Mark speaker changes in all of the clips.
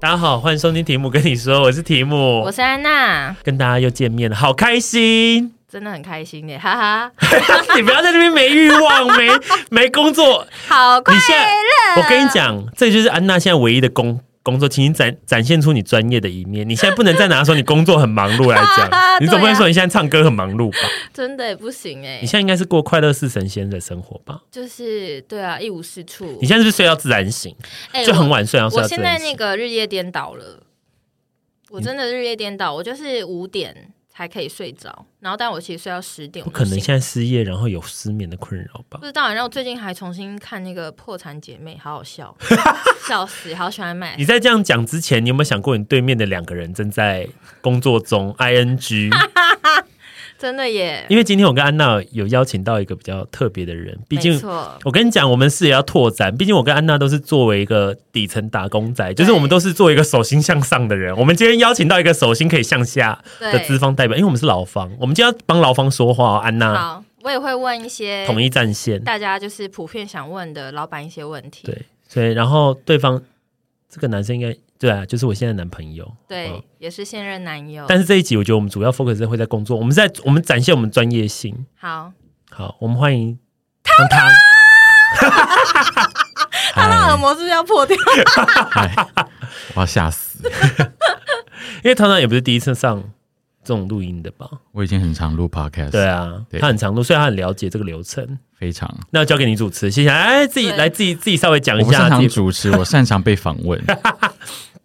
Speaker 1: 大家好，欢迎收听题目跟你说，我是题目，
Speaker 2: 我是安娜，
Speaker 1: 跟大家又见面了，好开心！
Speaker 2: 真的很开心耶，哈哈，
Speaker 1: 你不要在这边没欲望、没 没工作。
Speaker 2: 好 快
Speaker 1: 你现
Speaker 2: 乐！
Speaker 1: 我跟你，讲，这就是安娜现在唯一的工工作，请你展展现出你专业的一面。你现在不能再拿说你工作很忙碌来
Speaker 2: 对啊
Speaker 1: 讲，你总不能说你现在唱歌很忙碌吧？
Speaker 2: 真的也不行哎
Speaker 1: 你，现在应该是过快乐似神仙的生活吧？
Speaker 2: 就是对啊，一无是处
Speaker 1: 你。现在是不是睡到自然醒，
Speaker 2: 哎
Speaker 1: 就很
Speaker 2: 我
Speaker 1: 晚睡，然后睡
Speaker 2: 我
Speaker 1: 到自
Speaker 2: 现在
Speaker 1: 然
Speaker 2: 那
Speaker 1: 醒？
Speaker 2: 个日夜颠倒了，我真的日夜颠倒，我就是五点才可以睡着，然后但我其实睡到十点，
Speaker 1: 不可能
Speaker 2: 我就醒
Speaker 1: 现在失业，然后有失眠的困扰吧
Speaker 2: 不？知道。然后我最近还重新看那个《破产姐妹》，好 好笑，笑死，好喜欢买
Speaker 1: 你。在这样讲之前，你有没有想过你对面的两个人正在工作中 ？ing，
Speaker 2: 真的耶，
Speaker 1: 因为今天我跟安娜有邀请到一个比较特别的人，毕
Speaker 2: 没
Speaker 1: 竟
Speaker 2: 错
Speaker 1: 我跟你讲，我们是也要拓展。毕竟我跟安娜都是作为一个底层打工仔，就是我们都是做一个手心向上的人。我们今天邀请到一个手心可以向下的资
Speaker 2: 对，
Speaker 1: 方代表，因为我们是劳方，我们今天要帮劳方说话、哦。安娜
Speaker 2: 好，我也会问一些
Speaker 1: 统一战线，
Speaker 2: 大家就是普遍想问的老板一些问题。
Speaker 1: 对，所以然后对方这个男生应该对啊，就是我现在的男朋友，
Speaker 2: 对，
Speaker 1: 嗯
Speaker 2: 也是现任男
Speaker 3: 嗯
Speaker 2: 友。
Speaker 1: 但是这一集我觉得我们主要 focus 会在工作，我们在我们展现我们专业性。
Speaker 2: 好，
Speaker 1: 好，我们欢迎汤汤。
Speaker 2: 他的耳膜是不是要破掉？
Speaker 1: 哎
Speaker 3: 我要吓死！
Speaker 1: 因为汤汤也不是第一次上这种录音的吧？
Speaker 3: 我已经很常录 podcast，
Speaker 1: 对，啊，
Speaker 3: 对
Speaker 1: 他很常录，所以他很了解这个流程。
Speaker 3: 非常。
Speaker 1: 那交给你主持，谢谢。哎，自己
Speaker 2: 对
Speaker 1: 来自己自己稍微讲
Speaker 3: 我
Speaker 1: 一
Speaker 3: 不擅
Speaker 1: 下自
Speaker 3: 长
Speaker 1: 己。
Speaker 3: 主持，我擅长被访 问。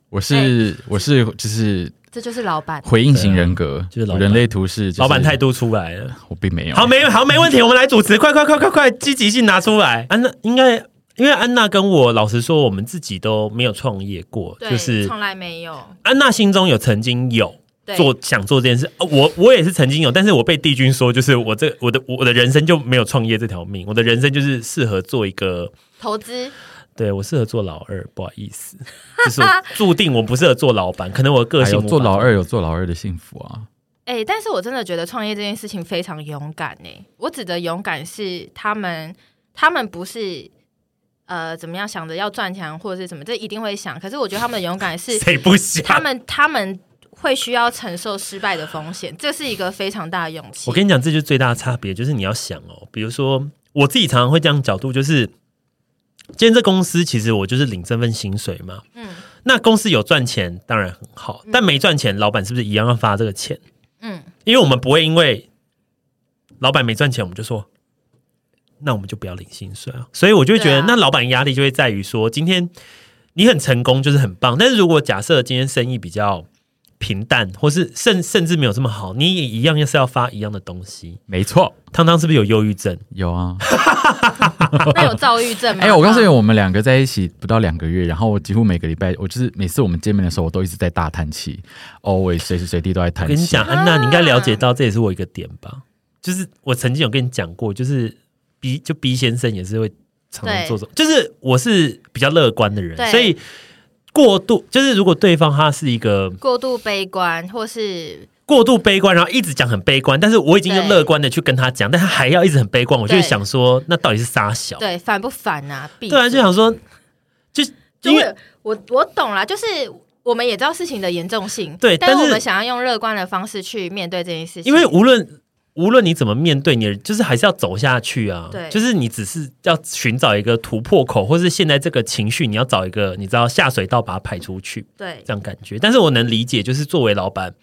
Speaker 3: 我是我是就是
Speaker 2: 这就是老板。
Speaker 3: 回应型人格，
Speaker 1: 哎就是老
Speaker 3: 我
Speaker 1: 板
Speaker 3: 人类图是、
Speaker 1: 老板态度
Speaker 3: 度，
Speaker 1: 出来了，
Speaker 3: 我并没有。
Speaker 1: 好没好没问题，我们来主持，快快快快快，积极性拿出来。安娜应该，因为安娜跟我老实说，我们自己都没有创业过，
Speaker 2: 对，
Speaker 1: 就是
Speaker 2: 从来没有。
Speaker 1: 安娜心中有曾经有
Speaker 2: 对，
Speaker 1: 做想做这件事，啊我我也是曾经有，但是我被帝君说，就是我这我的我的人生就没有创业这条命，我的人生就是适合做一个，
Speaker 2: 投资
Speaker 1: 对我适合做老二，不好意思， 就是我注定我不适合做老板，可能我的个
Speaker 3: 还
Speaker 1: 性
Speaker 3: 哎有
Speaker 1: 无法
Speaker 3: 做老，二有做老二的幸福啊！
Speaker 2: 哎、但是我真的觉得创业这件事情非常勇敢哎、我指的勇敢是他们，他们不是呃怎么样想着要赚钱或者是什么，这一定会想。可是我觉得他们的勇敢 是
Speaker 1: 谁不想？
Speaker 2: 他们他们会需要承受失败的风险，这是一个非常大的勇气。
Speaker 1: 我跟你讲，这就是最大的差别，就是你要想哦，比如说我自己常常会这样角度，就是今天这公司其实我就是领这份薪水嘛，
Speaker 2: 嗯
Speaker 1: 那公司有赚钱当然很好，但没赚钱，老板是不是一样要发这个钱？
Speaker 2: 嗯，
Speaker 1: 因为我们不会因为老板没赚钱，我们就说，那我们就不要领薪水啊。所以我就会觉得，
Speaker 2: 对啊
Speaker 1: 那老板压力就会在于说，今天你很成功就是很棒，但是如果假设今天生意比较平淡，或是甚甚至没有这么好，你也一样要是要发一样的东西。
Speaker 3: 没错，
Speaker 1: 汤汤是不是有忧郁症？
Speaker 3: 有啊。
Speaker 2: 那有躁郁症 吗？
Speaker 3: 哎、我告诉你，我们两个在一起不到两个月，然后我几乎每个礼拜，我就是每次我们见面的时候，我都一直在大叹气，always 随时随地都在
Speaker 1: 我
Speaker 3: 叹
Speaker 1: 跟你
Speaker 3: 气
Speaker 1: 讲，。安娜，你应该了
Speaker 2: 啊
Speaker 1: 解到，这也是我一个点吧。就是我曾经有跟你讲过，就是 B 就 B 先生也是会常常
Speaker 2: 对
Speaker 1: 做这种，就是我是比较乐观的人，
Speaker 2: 对
Speaker 1: 所以过度就是如果对方他是一个
Speaker 2: 过度悲观，或是
Speaker 1: 过度悲观，然后一直讲很悲观，但是我已经
Speaker 2: 对
Speaker 1: 乐观的去跟他讲，但他还要一直很悲观，我就会
Speaker 2: 对
Speaker 1: 想说，那到底是傻小？
Speaker 2: 对烦不烦啊？闭
Speaker 1: 对啊，就
Speaker 2: 嘴
Speaker 1: 想说，就
Speaker 2: 就
Speaker 1: 因为
Speaker 2: 会我我懂啦，就是我们也知道事情的严重性，
Speaker 1: 对
Speaker 2: 但
Speaker 1: 但是
Speaker 2: 我们想要用乐观的方式去面对这件事情，
Speaker 1: 因为无论无论你怎么面对，你就是还是要走下去啊。
Speaker 2: 对
Speaker 1: 就是你只是要寻找一个突破口，或是现在这个情绪，你要找一个你知道下水道把它排出去，
Speaker 2: 对
Speaker 1: 这样感觉。但是我能理解，就是作为老板，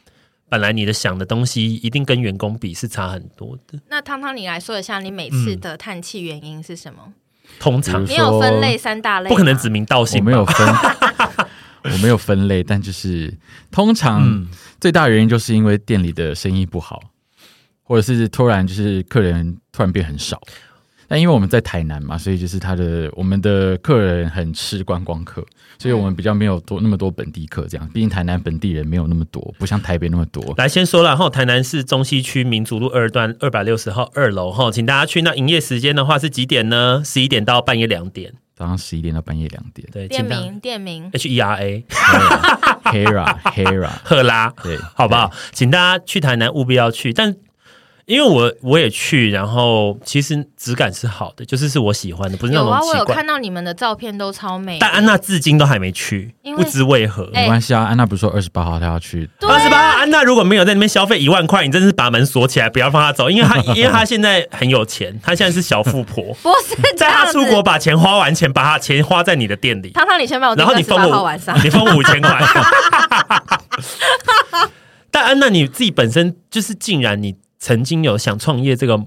Speaker 1: 本来你的想的东西一定跟员工比是差很多
Speaker 3: 嗯
Speaker 1: 的。
Speaker 2: 那汤汤，你来说一下你每
Speaker 1: 嗯
Speaker 2: 次的叹气原因是什么？
Speaker 1: 通常
Speaker 3: 比
Speaker 2: 你
Speaker 3: 如说
Speaker 2: 有分类三大类吗，
Speaker 1: 不可能指名道
Speaker 3: 我
Speaker 1: 姓吧，
Speaker 3: 没有分， 我没有分类，但就是通常
Speaker 1: 嗯
Speaker 3: 最大的原因就是因为店里的生意不好，或者是突然就是客人突然变很少。但因为我们在台南嘛，所以就是他的我们的客人很吃观光客，所以我们比较没有多那么多本地客这样。毕竟台南本地人没有那么多，不像台北那么多。
Speaker 1: 来先说了哈，台南市中西区民族路二段二百六十号二楼哈，请大家去。那营业时间的话是几点呢？十一点到半夜两点。
Speaker 3: 早上十一点到半夜两点。
Speaker 1: 对，
Speaker 2: 店
Speaker 1: 请大家
Speaker 2: 名店名
Speaker 1: H E R A
Speaker 3: Hera Hera，
Speaker 1: 赫拉。
Speaker 3: 对，
Speaker 1: 好不好？请大家去台南务必要去，但因为我我也去，然后其实质感是好的，就是是我喜欢的，不是那
Speaker 2: 有啊，
Speaker 1: 种
Speaker 2: 我
Speaker 1: 奇
Speaker 2: 有
Speaker 1: 怪。
Speaker 2: 看到你们的照片都超美的。
Speaker 1: 但安娜至今都还没去，
Speaker 2: 因
Speaker 1: 不
Speaker 2: 为
Speaker 1: 知为何。
Speaker 2: 哎
Speaker 3: 没关系啊。安娜不是说二十八号她要去，
Speaker 2: 对啊
Speaker 1: 二十八，安娜如果没有在那边消费一万块，你真是把门锁起来，不要放她走，因为 她因为她现在很有钱，她现在是小富婆，
Speaker 2: 不是 这
Speaker 1: 在
Speaker 2: 样
Speaker 1: 她
Speaker 2: 子
Speaker 1: 出国，把钱花完前，把她钱花在你的店里，
Speaker 2: 汤汤，你先把我
Speaker 1: 然后你
Speaker 2: 十
Speaker 1: 分
Speaker 2: 哦八
Speaker 1: 我
Speaker 2: 号晚上
Speaker 1: 五， 你分我五千块。但安娜你自己本身就是，竟然你曾经有想创业这个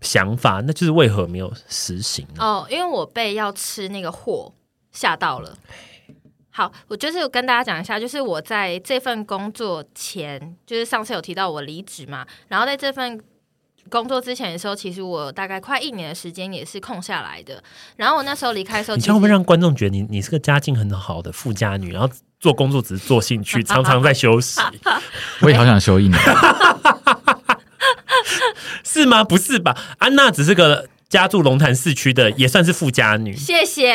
Speaker 1: 想法，那就是为何没有实行呢？
Speaker 2: 哦，因为我被要吃那个货吓到了。好，我就是跟大家讲一下，就是我在这份工作前，就是上次有提到我离职嘛，然后在这份工作之前的时候，其实我大概快一年的时间也是空下来的。然后我那时候离开的时候，
Speaker 1: 你
Speaker 2: 哦其
Speaker 1: 千万不
Speaker 2: 实
Speaker 1: 要让观众觉得你你是个家境很好的富家女，然后做工作只是做兴趣，常常在休 息，
Speaker 3: 我也好想休一
Speaker 1: 哎
Speaker 3: 年。
Speaker 1: 是吗？不是吧？安娜只是个家住龙潭市区的，也算是富家女。啊
Speaker 2: 谢谢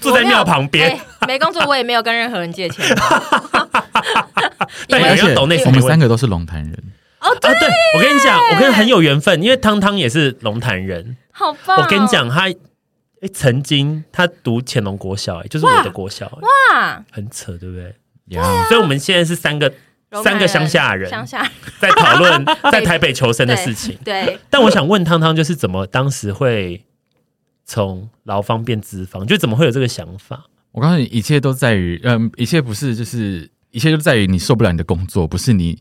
Speaker 1: 住在
Speaker 2: 我没有
Speaker 1: 庙旁边
Speaker 2: 哎没工作，我也没有跟任何人借钱。
Speaker 1: 但有
Speaker 2: 因为
Speaker 1: 人
Speaker 3: 而
Speaker 1: 要
Speaker 3: 且
Speaker 1: 抖内
Speaker 3: 我们
Speaker 1: 才会
Speaker 3: 三个都是龙潭人，
Speaker 2: 哦，
Speaker 1: 啊，
Speaker 2: 对，
Speaker 1: 对，我跟你讲，我跟很有缘分，因为汤汤也是龙潭人。
Speaker 2: 好棒、
Speaker 1: 我跟你，讲，他、诶曾经他读潜龙国小、诶就是我的国小、诶
Speaker 2: 哇，
Speaker 1: 很扯，对不对？
Speaker 3: 呀，
Speaker 1: 所以我们现在是三个
Speaker 2: 柔
Speaker 1: 三
Speaker 2: 美
Speaker 1: 个乡下人
Speaker 2: 乡下
Speaker 1: 在讨 论在台北求生的事情。
Speaker 2: 对，
Speaker 1: 但我想问汤汤，就是怎么当时会从劳方变资方，就怎么会有这个想法？
Speaker 3: 我告诉你，一切都在于，嗯，一切不是就是一切就在于你受不了你的工作，不是你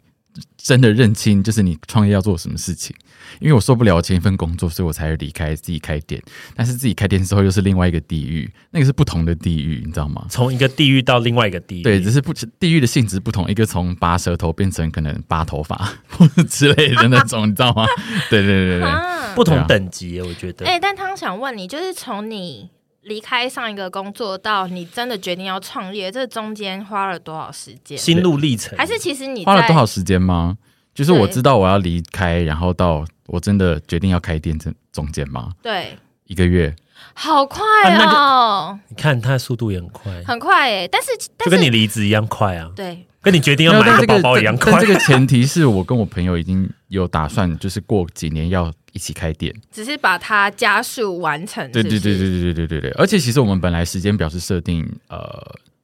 Speaker 3: 真的认清就是你创业要做什么事情。因为我受不了前一份工作，所以我才离开自己开店。但是自己开店之后又是另外一个地狱，那个是不同的地狱，你知道吗？
Speaker 1: 从一个地狱到另外一个地狱，
Speaker 3: 对，只是不地狱的性质不同，一个从拔舌头变成可能拔头发 或者之类的那种，你知道吗？对对对对，
Speaker 2: 啊，
Speaker 1: 不
Speaker 3: 对
Speaker 1: 同
Speaker 3: 啊
Speaker 1: 等级耶，我觉得。
Speaker 2: 哎、但汤想问你，就是从你离开上一个工作到你真的决定要创业，这中间花了多少时间？
Speaker 1: 心路历程
Speaker 2: 还是其实你
Speaker 3: 花了多少
Speaker 2: 在
Speaker 3: 时间吗？就是我
Speaker 2: 对
Speaker 3: 知道我要离开，然后到我真的决定要开店这中间吗？
Speaker 2: 对，
Speaker 3: 一个月，
Speaker 2: 好快
Speaker 1: 啊那就
Speaker 2: 哦，
Speaker 1: 你看他的速度也很快，
Speaker 2: 很快哎、但是但
Speaker 1: 就是跟你离职一样快啊，
Speaker 2: 对
Speaker 1: 跟你决定要
Speaker 3: 没有
Speaker 1: 买一
Speaker 3: 但
Speaker 1: 个
Speaker 3: 这
Speaker 1: 包包一样快。
Speaker 3: 但但这个前提是我跟我朋友已经有打算，就是过几年要一起开店。
Speaker 2: 只是把它加速完成
Speaker 3: 对对
Speaker 2: 对，
Speaker 3: 对对对对对对对。而且其实我们本来时间表是设定，呃，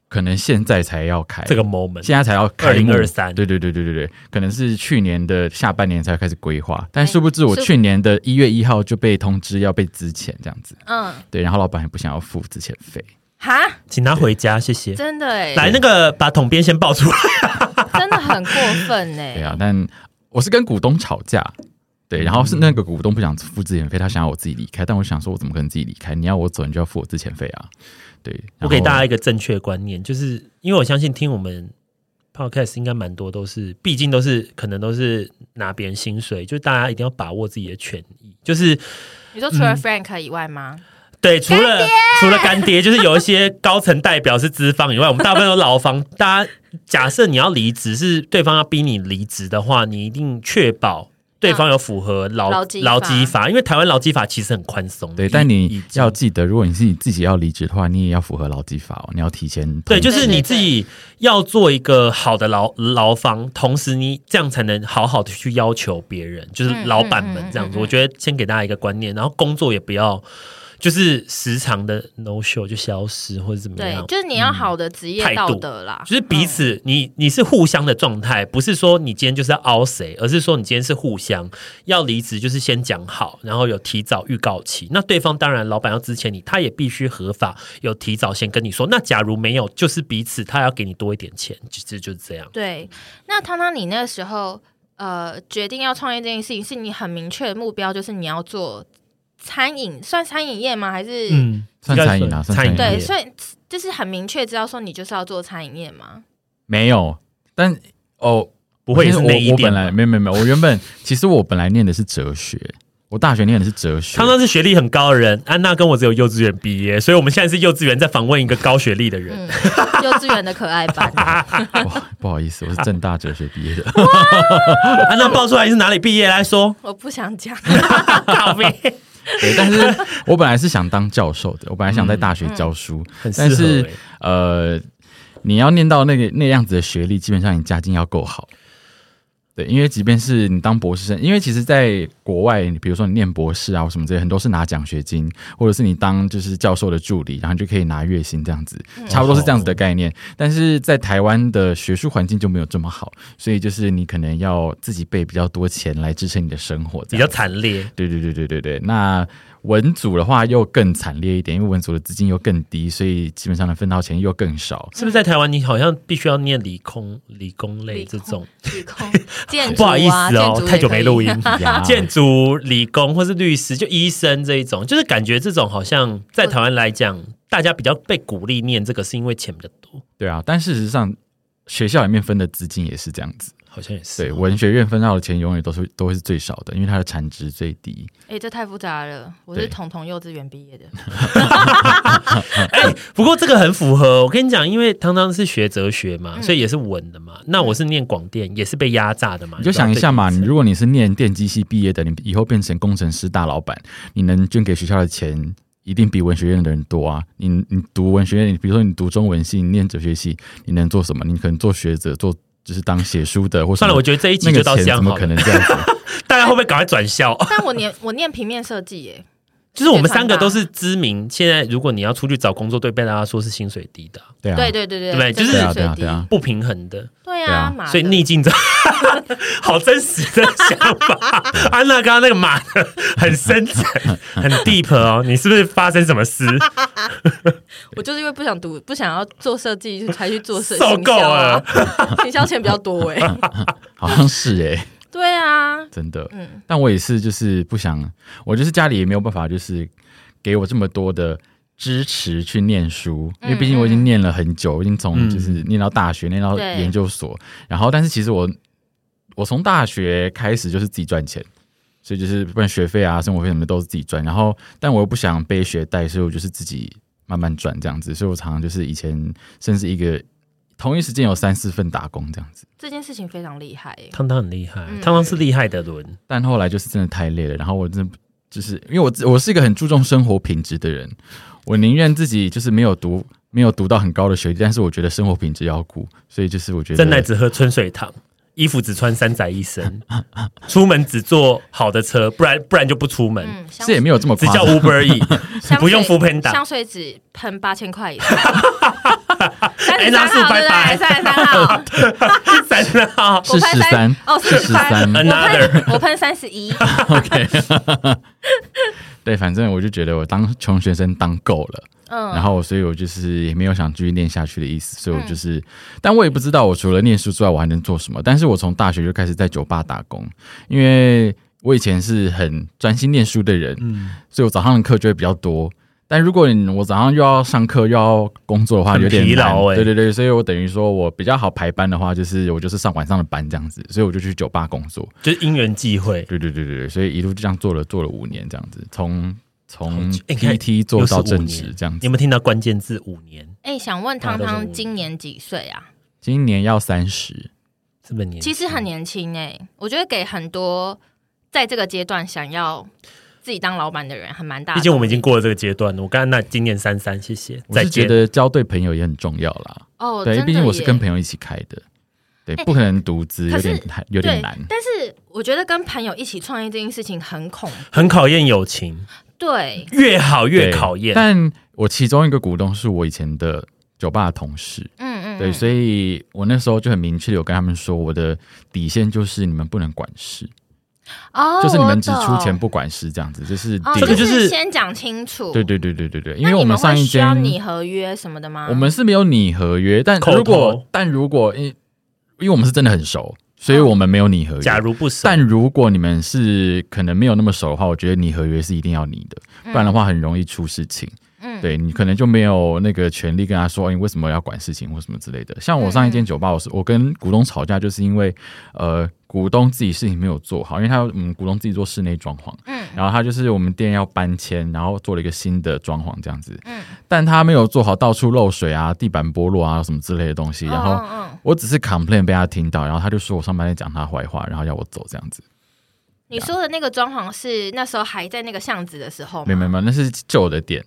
Speaker 3: 可能现在才要开
Speaker 1: 这个 moment，
Speaker 3: 现在才要开幕
Speaker 1: 2023
Speaker 3: 对对对对对对，可能是去年的下半年才开始规划，
Speaker 2: 哎
Speaker 3: 但殊不知我
Speaker 2: 是
Speaker 3: 去年的一月一号就被通知要被资遣这样子，
Speaker 2: 嗯，
Speaker 3: 对，然后老板也不想要付资遣费，
Speaker 2: 哈，
Speaker 1: 请他回家，谢谢。
Speaker 2: 真的哎、
Speaker 1: 来，那个把桶边先抱出来。
Speaker 2: 真的很过分哎、
Speaker 3: 对啊，但我是跟股东吵架，
Speaker 1: 嗯
Speaker 3: 对，然后是那个股东不想付资遣费，他想要我自己离开，但我想说，我怎么可能自己离开？你要我走，你就要付我资遣费啊，对，然
Speaker 1: 我
Speaker 3: 后
Speaker 1: 给大家一个正确观念，就是因为我相信听我们 podcast 应该蛮多都是，毕竟都是可能都是拿别人薪水，就大家一定要把握自己的权益。就是
Speaker 2: 你说除了 Frank 以外吗？
Speaker 1: 对，除了除了干爹，就是有一些高层代表是资方以外，我们大部分都劳方。大家假设你要离职，是对方要逼你离职的话，你一定确保。对方有符合啊劳
Speaker 2: 劳基法
Speaker 1: 劳基法，因为台湾劳基法其实很宽松的。
Speaker 3: 对，
Speaker 1: 以
Speaker 3: 但
Speaker 1: 以
Speaker 3: 你
Speaker 1: 及
Speaker 3: 要记得，如果你是你自己要离职的话，你也要符合劳基法哦，你要提前通
Speaker 1: 对，就
Speaker 3: 知
Speaker 1: 是你自己要做一个好的劳劳方，同时你这样才能好好的去要求别人，就是
Speaker 2: 嗯
Speaker 1: 老板们这样子。
Speaker 2: 嗯嗯嗯嗯
Speaker 1: 我觉得先给大家一个观念，然后工作也不要就是时常的 no show 就消失或者怎么
Speaker 2: 对
Speaker 1: 样，。
Speaker 2: 就是你要好的职
Speaker 1: 态
Speaker 2: 业
Speaker 1: 度
Speaker 2: 道德啦，
Speaker 1: 就是彼
Speaker 2: 嗯
Speaker 1: 此，你你是互相的状态，不是说你今天就是要凹谁，而是说你今天是互相要离职，就是先讲好，然后有提早预告期。那对方当然老板要支遣你，他也必须合法有提早先跟你说。那假如没有，就是彼此他要给你多一点钱，其实就是这样。
Speaker 2: 对，那汤汤，你那时候呃决定要创业这件事情，是你很明确的目标，就是你要做餐饮，算餐饮业吗？还是、
Speaker 1: 嗯，
Speaker 3: 算餐饮
Speaker 1: 应该
Speaker 3: 啊，算
Speaker 1: 算
Speaker 3: 餐饮
Speaker 1: 餐饮
Speaker 3: 业
Speaker 1: 业
Speaker 2: 对，所以就是很明确知道说你就是要做餐饮业吗？
Speaker 3: 没有，但哦，
Speaker 1: 不会也
Speaker 3: 其
Speaker 1: 是
Speaker 3: 实我
Speaker 1: 那一
Speaker 3: 我
Speaker 1: 点
Speaker 3: 本
Speaker 1: 吧
Speaker 3: 来。没有没有没有，我原本 其实我本来念的是哲学，我大学念的是哲学
Speaker 1: 汤，汤是学历很高的人，安娜跟我只有幼稚园毕业，所以我们现在是幼稚园在访问一个高学历的人。
Speaker 2: 嗯，幼稚园的可爱版。
Speaker 3: 哇，不好意思，我是正大哲学毕业的，
Speaker 1: 安娜报出来你是哪里毕业来说？
Speaker 2: 我不想讲，
Speaker 1: 靠背，
Speaker 3: 对，但是我本来是想当教授的，我本来想在大学教书，
Speaker 1: 嗯很适
Speaker 3: 但
Speaker 1: 合
Speaker 3: 是
Speaker 1: 欸。
Speaker 3: 呃，你要念到那个那样子的学历，基本上你家境要够好。对，因为即便是你当博士生，因为其实，在国外，比如说你念博士啊或什么这些，很多是拿奖学金，或者是你当就是教授的助理，然后你就可以拿月薪这样子，差不多是这样子
Speaker 1: 哦
Speaker 3: 的概念。但是在台湾的学术环境就没有这么好，所以就是你可能要自己备比较多钱来支撑你的生活，
Speaker 1: 比较。惨烈。
Speaker 3: 对对对对对对，那文组的话又更惨烈一点，因为文组的资金又更低，所以基本上能分到钱又更少。
Speaker 1: 是不是在台湾，你好像必须要念理工、理工类这种？
Speaker 2: 理 工建筑啊
Speaker 1: 不好意思
Speaker 2: 建筑
Speaker 1: 哦
Speaker 2: 也，
Speaker 1: 太久没录
Speaker 2: 可以
Speaker 1: 音。
Speaker 3: 呀
Speaker 1: 建筑、理工或是律师，就医生这一种，就是感觉这种好像在台湾来讲，大家比较被鼓励念这个，是因为钱比较多，
Speaker 3: 对啊，但事实上学校里面分的资金也是这样子。
Speaker 1: 好像也是。啊
Speaker 3: 对，文学院分到的钱永远啊都是都会是最少的，因为它的产值最低。
Speaker 2: 哎、这太复杂了。我是
Speaker 3: 对
Speaker 2: 彤彤幼稚园毕业的，
Speaker 1: 哎，不过这个很符合。我跟你讲，因为汤汤是学哲学嘛，
Speaker 2: 嗯
Speaker 1: 所以也是文的嘛。那我是念广电，也是被压榨的嘛。
Speaker 3: 你就想一下嘛，
Speaker 1: 对
Speaker 3: 你如果你是念电机系毕业的，你以后变成工程师大老板，你能捐给学校的钱一定比文学院的人多啊。你你读文学院，你比如说你读中文系，你念哲学系，你能做什么？你可能做学者，做就是当写书的，或什么
Speaker 1: 算了，我觉得这一集
Speaker 3: 那
Speaker 1: 就
Speaker 3: 个
Speaker 1: 到
Speaker 3: 钱
Speaker 1: 这样
Speaker 3: 怎么
Speaker 1: 好
Speaker 3: 可
Speaker 1: 了。
Speaker 3: 能这样子？
Speaker 1: 大家会不会赶快转校？
Speaker 2: 但我念我念平面设计耶。
Speaker 1: 就是我们三个都是知名，现在如果你要出去找工作，对被大家说是薪水低的，
Speaker 3: 对啊，
Speaker 2: 对对对
Speaker 1: 对不对就是
Speaker 3: 对
Speaker 2: 真
Speaker 3: 啊，对
Speaker 2: 的
Speaker 3: 啊，
Speaker 2: 是最
Speaker 3: 对啊
Speaker 2: 低。
Speaker 1: 不平衡的。
Speaker 2: 对
Speaker 3: 对啊
Speaker 2: 啊，妈的
Speaker 1: 所以逆境中， 好真实的想 法。安娜刚刚那个马的很深沉，很 deep 哦，你是不是发生什么 事？
Speaker 2: 我就是因为不想读，不想要做设计，就才去做设计。
Speaker 1: 受够了
Speaker 2: 行销啊， 行销钱比较 多哎。
Speaker 3: 好像是诶、
Speaker 2: 对啊，
Speaker 3: 真的。
Speaker 2: 嗯
Speaker 3: 但我也是，就是不想，我就是家里也没有办法，就是给我这么多的支持去念书，因为
Speaker 2: 嗯
Speaker 3: 毕竟我已经念了很久，我已经从
Speaker 1: 嗯
Speaker 3: 就是念到大学，念到
Speaker 2: 对
Speaker 3: 研究所，然后但是其实我我从大学开始就是自己赚钱。所以就是不管学费啊、生活费什么都是自己赚，然后但我又不想背学贷，所以我就是自己慢慢赚这样子。所以我常常就是以前甚至一个同一时间有三四份打工这样子。
Speaker 2: 这件事情非常厉害耶。
Speaker 1: 汤汤很厉害，
Speaker 2: 嗯
Speaker 1: 汤汤是厉害的轮，
Speaker 3: 但后来就是真的太累了，然后我真的就是因为我自我是一个很注重生活品质的人，我宁愿自己就是没有读没有读到很高的学历，但是我觉得生活品质要顾，所以就是我觉得
Speaker 1: 真奶只喝春水堂。衣服只穿三宅一生，出门只坐好的车，不然不然就不出门，
Speaker 2: 嗯，香
Speaker 3: 这也没有这么
Speaker 1: 只
Speaker 3: 夸
Speaker 1: 叫
Speaker 3: 张，
Speaker 1: Uber E，
Speaker 2: 香
Speaker 1: 不
Speaker 2: 水
Speaker 1: 用 Foodpanda
Speaker 2: 香水只喷八千 块以上。三十
Speaker 1: 哎那
Speaker 2: 三
Speaker 1: 是
Speaker 2: 号对
Speaker 1: 拜
Speaker 2: 不
Speaker 1: 拜
Speaker 2: 对？三十三号，
Speaker 1: 真的啊，
Speaker 2: 我
Speaker 3: 是
Speaker 2: 拍
Speaker 3: 十三
Speaker 2: 三哦
Speaker 3: 是
Speaker 2: 是
Speaker 3: 十
Speaker 2: 十
Speaker 3: 三
Speaker 2: 三
Speaker 1: Another
Speaker 2: 我喷三十 一，
Speaker 3: ，OK，对，反正我就觉得我当穷学生当够了。
Speaker 2: 嗯，
Speaker 3: 然后，所以我就是也没有想继续念下去的意思，所以我就是，但我也不知道我除了念书之外我还能做什么。但是我从大学就开始在酒吧打工，因为我以前是很专心念书的人，
Speaker 1: 嗯
Speaker 3: 所以我早上的课就会比较多。但如果你我早上又要上课又要工作的话，
Speaker 1: 很
Speaker 3: 有点
Speaker 1: 疲劳
Speaker 3: 难
Speaker 1: 欸
Speaker 3: 对对对，所以我等于说我比较好排班的话，就是我就是上晚上的班这样子，所以我就去酒吧工作。
Speaker 1: 就是因缘际会，
Speaker 3: 对对对对对，所以一路就这样做了做了五年这样子，从从
Speaker 1: 好久欸你看
Speaker 3: PT 做到
Speaker 1: 又是五
Speaker 3: 正
Speaker 1: 年
Speaker 3: 职这样
Speaker 1: 你
Speaker 3: 子
Speaker 1: 有。没有听到关键字五年？
Speaker 2: 哎，想问
Speaker 1: 大家都是
Speaker 2: 汤汤
Speaker 1: 五
Speaker 2: 今年几岁啊？
Speaker 3: 今年要三十，
Speaker 1: 这么年轻，
Speaker 2: 其实很年轻哎、我觉得给很多在这个阶段想要自己当老板的人，很蛮大的动力。
Speaker 1: 毕竟我们已经过了这个阶段了。我刚才那今年三三，谢谢，
Speaker 3: 我
Speaker 1: 再
Speaker 3: 是觉
Speaker 1: 见。
Speaker 3: 得交对朋友也很重要啦。
Speaker 2: 哦，
Speaker 3: 对，
Speaker 2: 真的
Speaker 3: 毕竟我是
Speaker 2: 耶
Speaker 3: 跟朋友一起开的，对，
Speaker 2: 哎
Speaker 3: 不可能独资，
Speaker 2: 可是
Speaker 3: 有点难有点
Speaker 2: 对
Speaker 3: 难。
Speaker 2: 但是我觉得跟朋友一起创业这件事情很恐怖，
Speaker 1: 很考验友情，
Speaker 2: 对，
Speaker 1: 越好越
Speaker 3: 对
Speaker 1: 考验。
Speaker 3: 但我其中一个股东是我以前的酒吧的同事，
Speaker 2: 嗯嗯，
Speaker 3: 对，
Speaker 2: 以
Speaker 3: 所以我那时候就很明确的有跟他们说，我的底线就是你们不能管事，
Speaker 2: 哦，
Speaker 3: 就是你
Speaker 2: 我
Speaker 3: 们只出钱
Speaker 2: 懂
Speaker 3: 不管事这样子，这是
Speaker 2: 哦，
Speaker 3: 第一
Speaker 1: 这
Speaker 3: 个
Speaker 1: 个就。是
Speaker 2: 先讲清楚，
Speaker 3: 对。对对对对对，因
Speaker 2: 那
Speaker 3: 为
Speaker 2: 你
Speaker 3: 我
Speaker 2: 们
Speaker 3: 上
Speaker 2: 会
Speaker 3: 一
Speaker 2: 需要
Speaker 3: 间
Speaker 2: 拟合约什么的吗？
Speaker 3: 我们是没有拟合约，但
Speaker 1: 口头
Speaker 3: 如果但如果因因为我们是真的很熟，所以
Speaker 2: 嗯
Speaker 3: 我们没有拟合约。
Speaker 1: 假如不熟，
Speaker 3: 但如果你们是可能没有那么熟的话，我觉得你合约是一定要你的，不然的话很容易出事情。
Speaker 2: 嗯，
Speaker 3: 对你可能就没有那个权利跟他说，哎你为什么要管事情或什么之类的。
Speaker 2: 嗯
Speaker 3: 像我上一间酒吧，我是我跟股东吵架，就是因为呃股东自己事情没有做好，因为他嗯股东自己做室内装潢，
Speaker 2: 嗯
Speaker 3: 然后他就是我们店要搬迁，然后做了一个新的装潢这样子，
Speaker 2: 嗯
Speaker 3: 但他没有做好到处漏水啊、地板剥落啊什么之类的东西，然后。
Speaker 2: 嗯嗯嗯
Speaker 3: 我只是 complain 被他听到，然后他就说我上班在讲他坏话，然后要我走这样子。
Speaker 2: 你说的那个装潢是那时候还在那个巷子的时候吗？
Speaker 3: 没有没有没有，那是旧的店，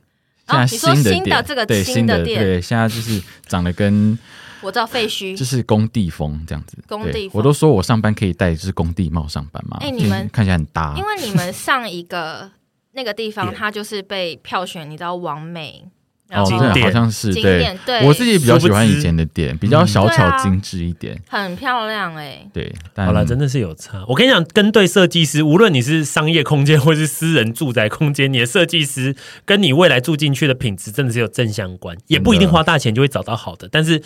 Speaker 3: 现在
Speaker 2: 哦你说
Speaker 3: 新的
Speaker 2: 新的
Speaker 3: 店，
Speaker 2: 这个
Speaker 3: 对
Speaker 2: 新
Speaker 3: 新
Speaker 2: 的
Speaker 3: 的
Speaker 2: 店
Speaker 3: 对，现在就是长得跟
Speaker 2: 我知道废墟
Speaker 3: 就，是工地风这样子。
Speaker 2: 工
Speaker 3: 对
Speaker 2: 地风
Speaker 3: 我都说我上班可以戴就是工地帽上班嘛。
Speaker 2: 哎你们
Speaker 3: 看起来很搭
Speaker 2: 因，为你们上一个那个地方，
Speaker 1: 点
Speaker 2: 它就是被票选，你知道王美，然
Speaker 3: 哦，
Speaker 2: 后
Speaker 1: 景
Speaker 3: 对，
Speaker 1: 点
Speaker 3: 好像是
Speaker 2: 景点对，
Speaker 3: 对。
Speaker 2: 嗯啊
Speaker 3: 我自己比较喜欢
Speaker 1: 殊不知
Speaker 3: 以前的店，比较小巧精致一点。
Speaker 2: 很漂亮哎，
Speaker 3: 对，但嗯
Speaker 1: 好了，真的是有差。我跟你讲，跟对设计师，无论你是商业空间或是私人住宅空间，你的设计师跟你未来住进去的品质真的是有正相关，也不一定花大钱就会找到好的，但是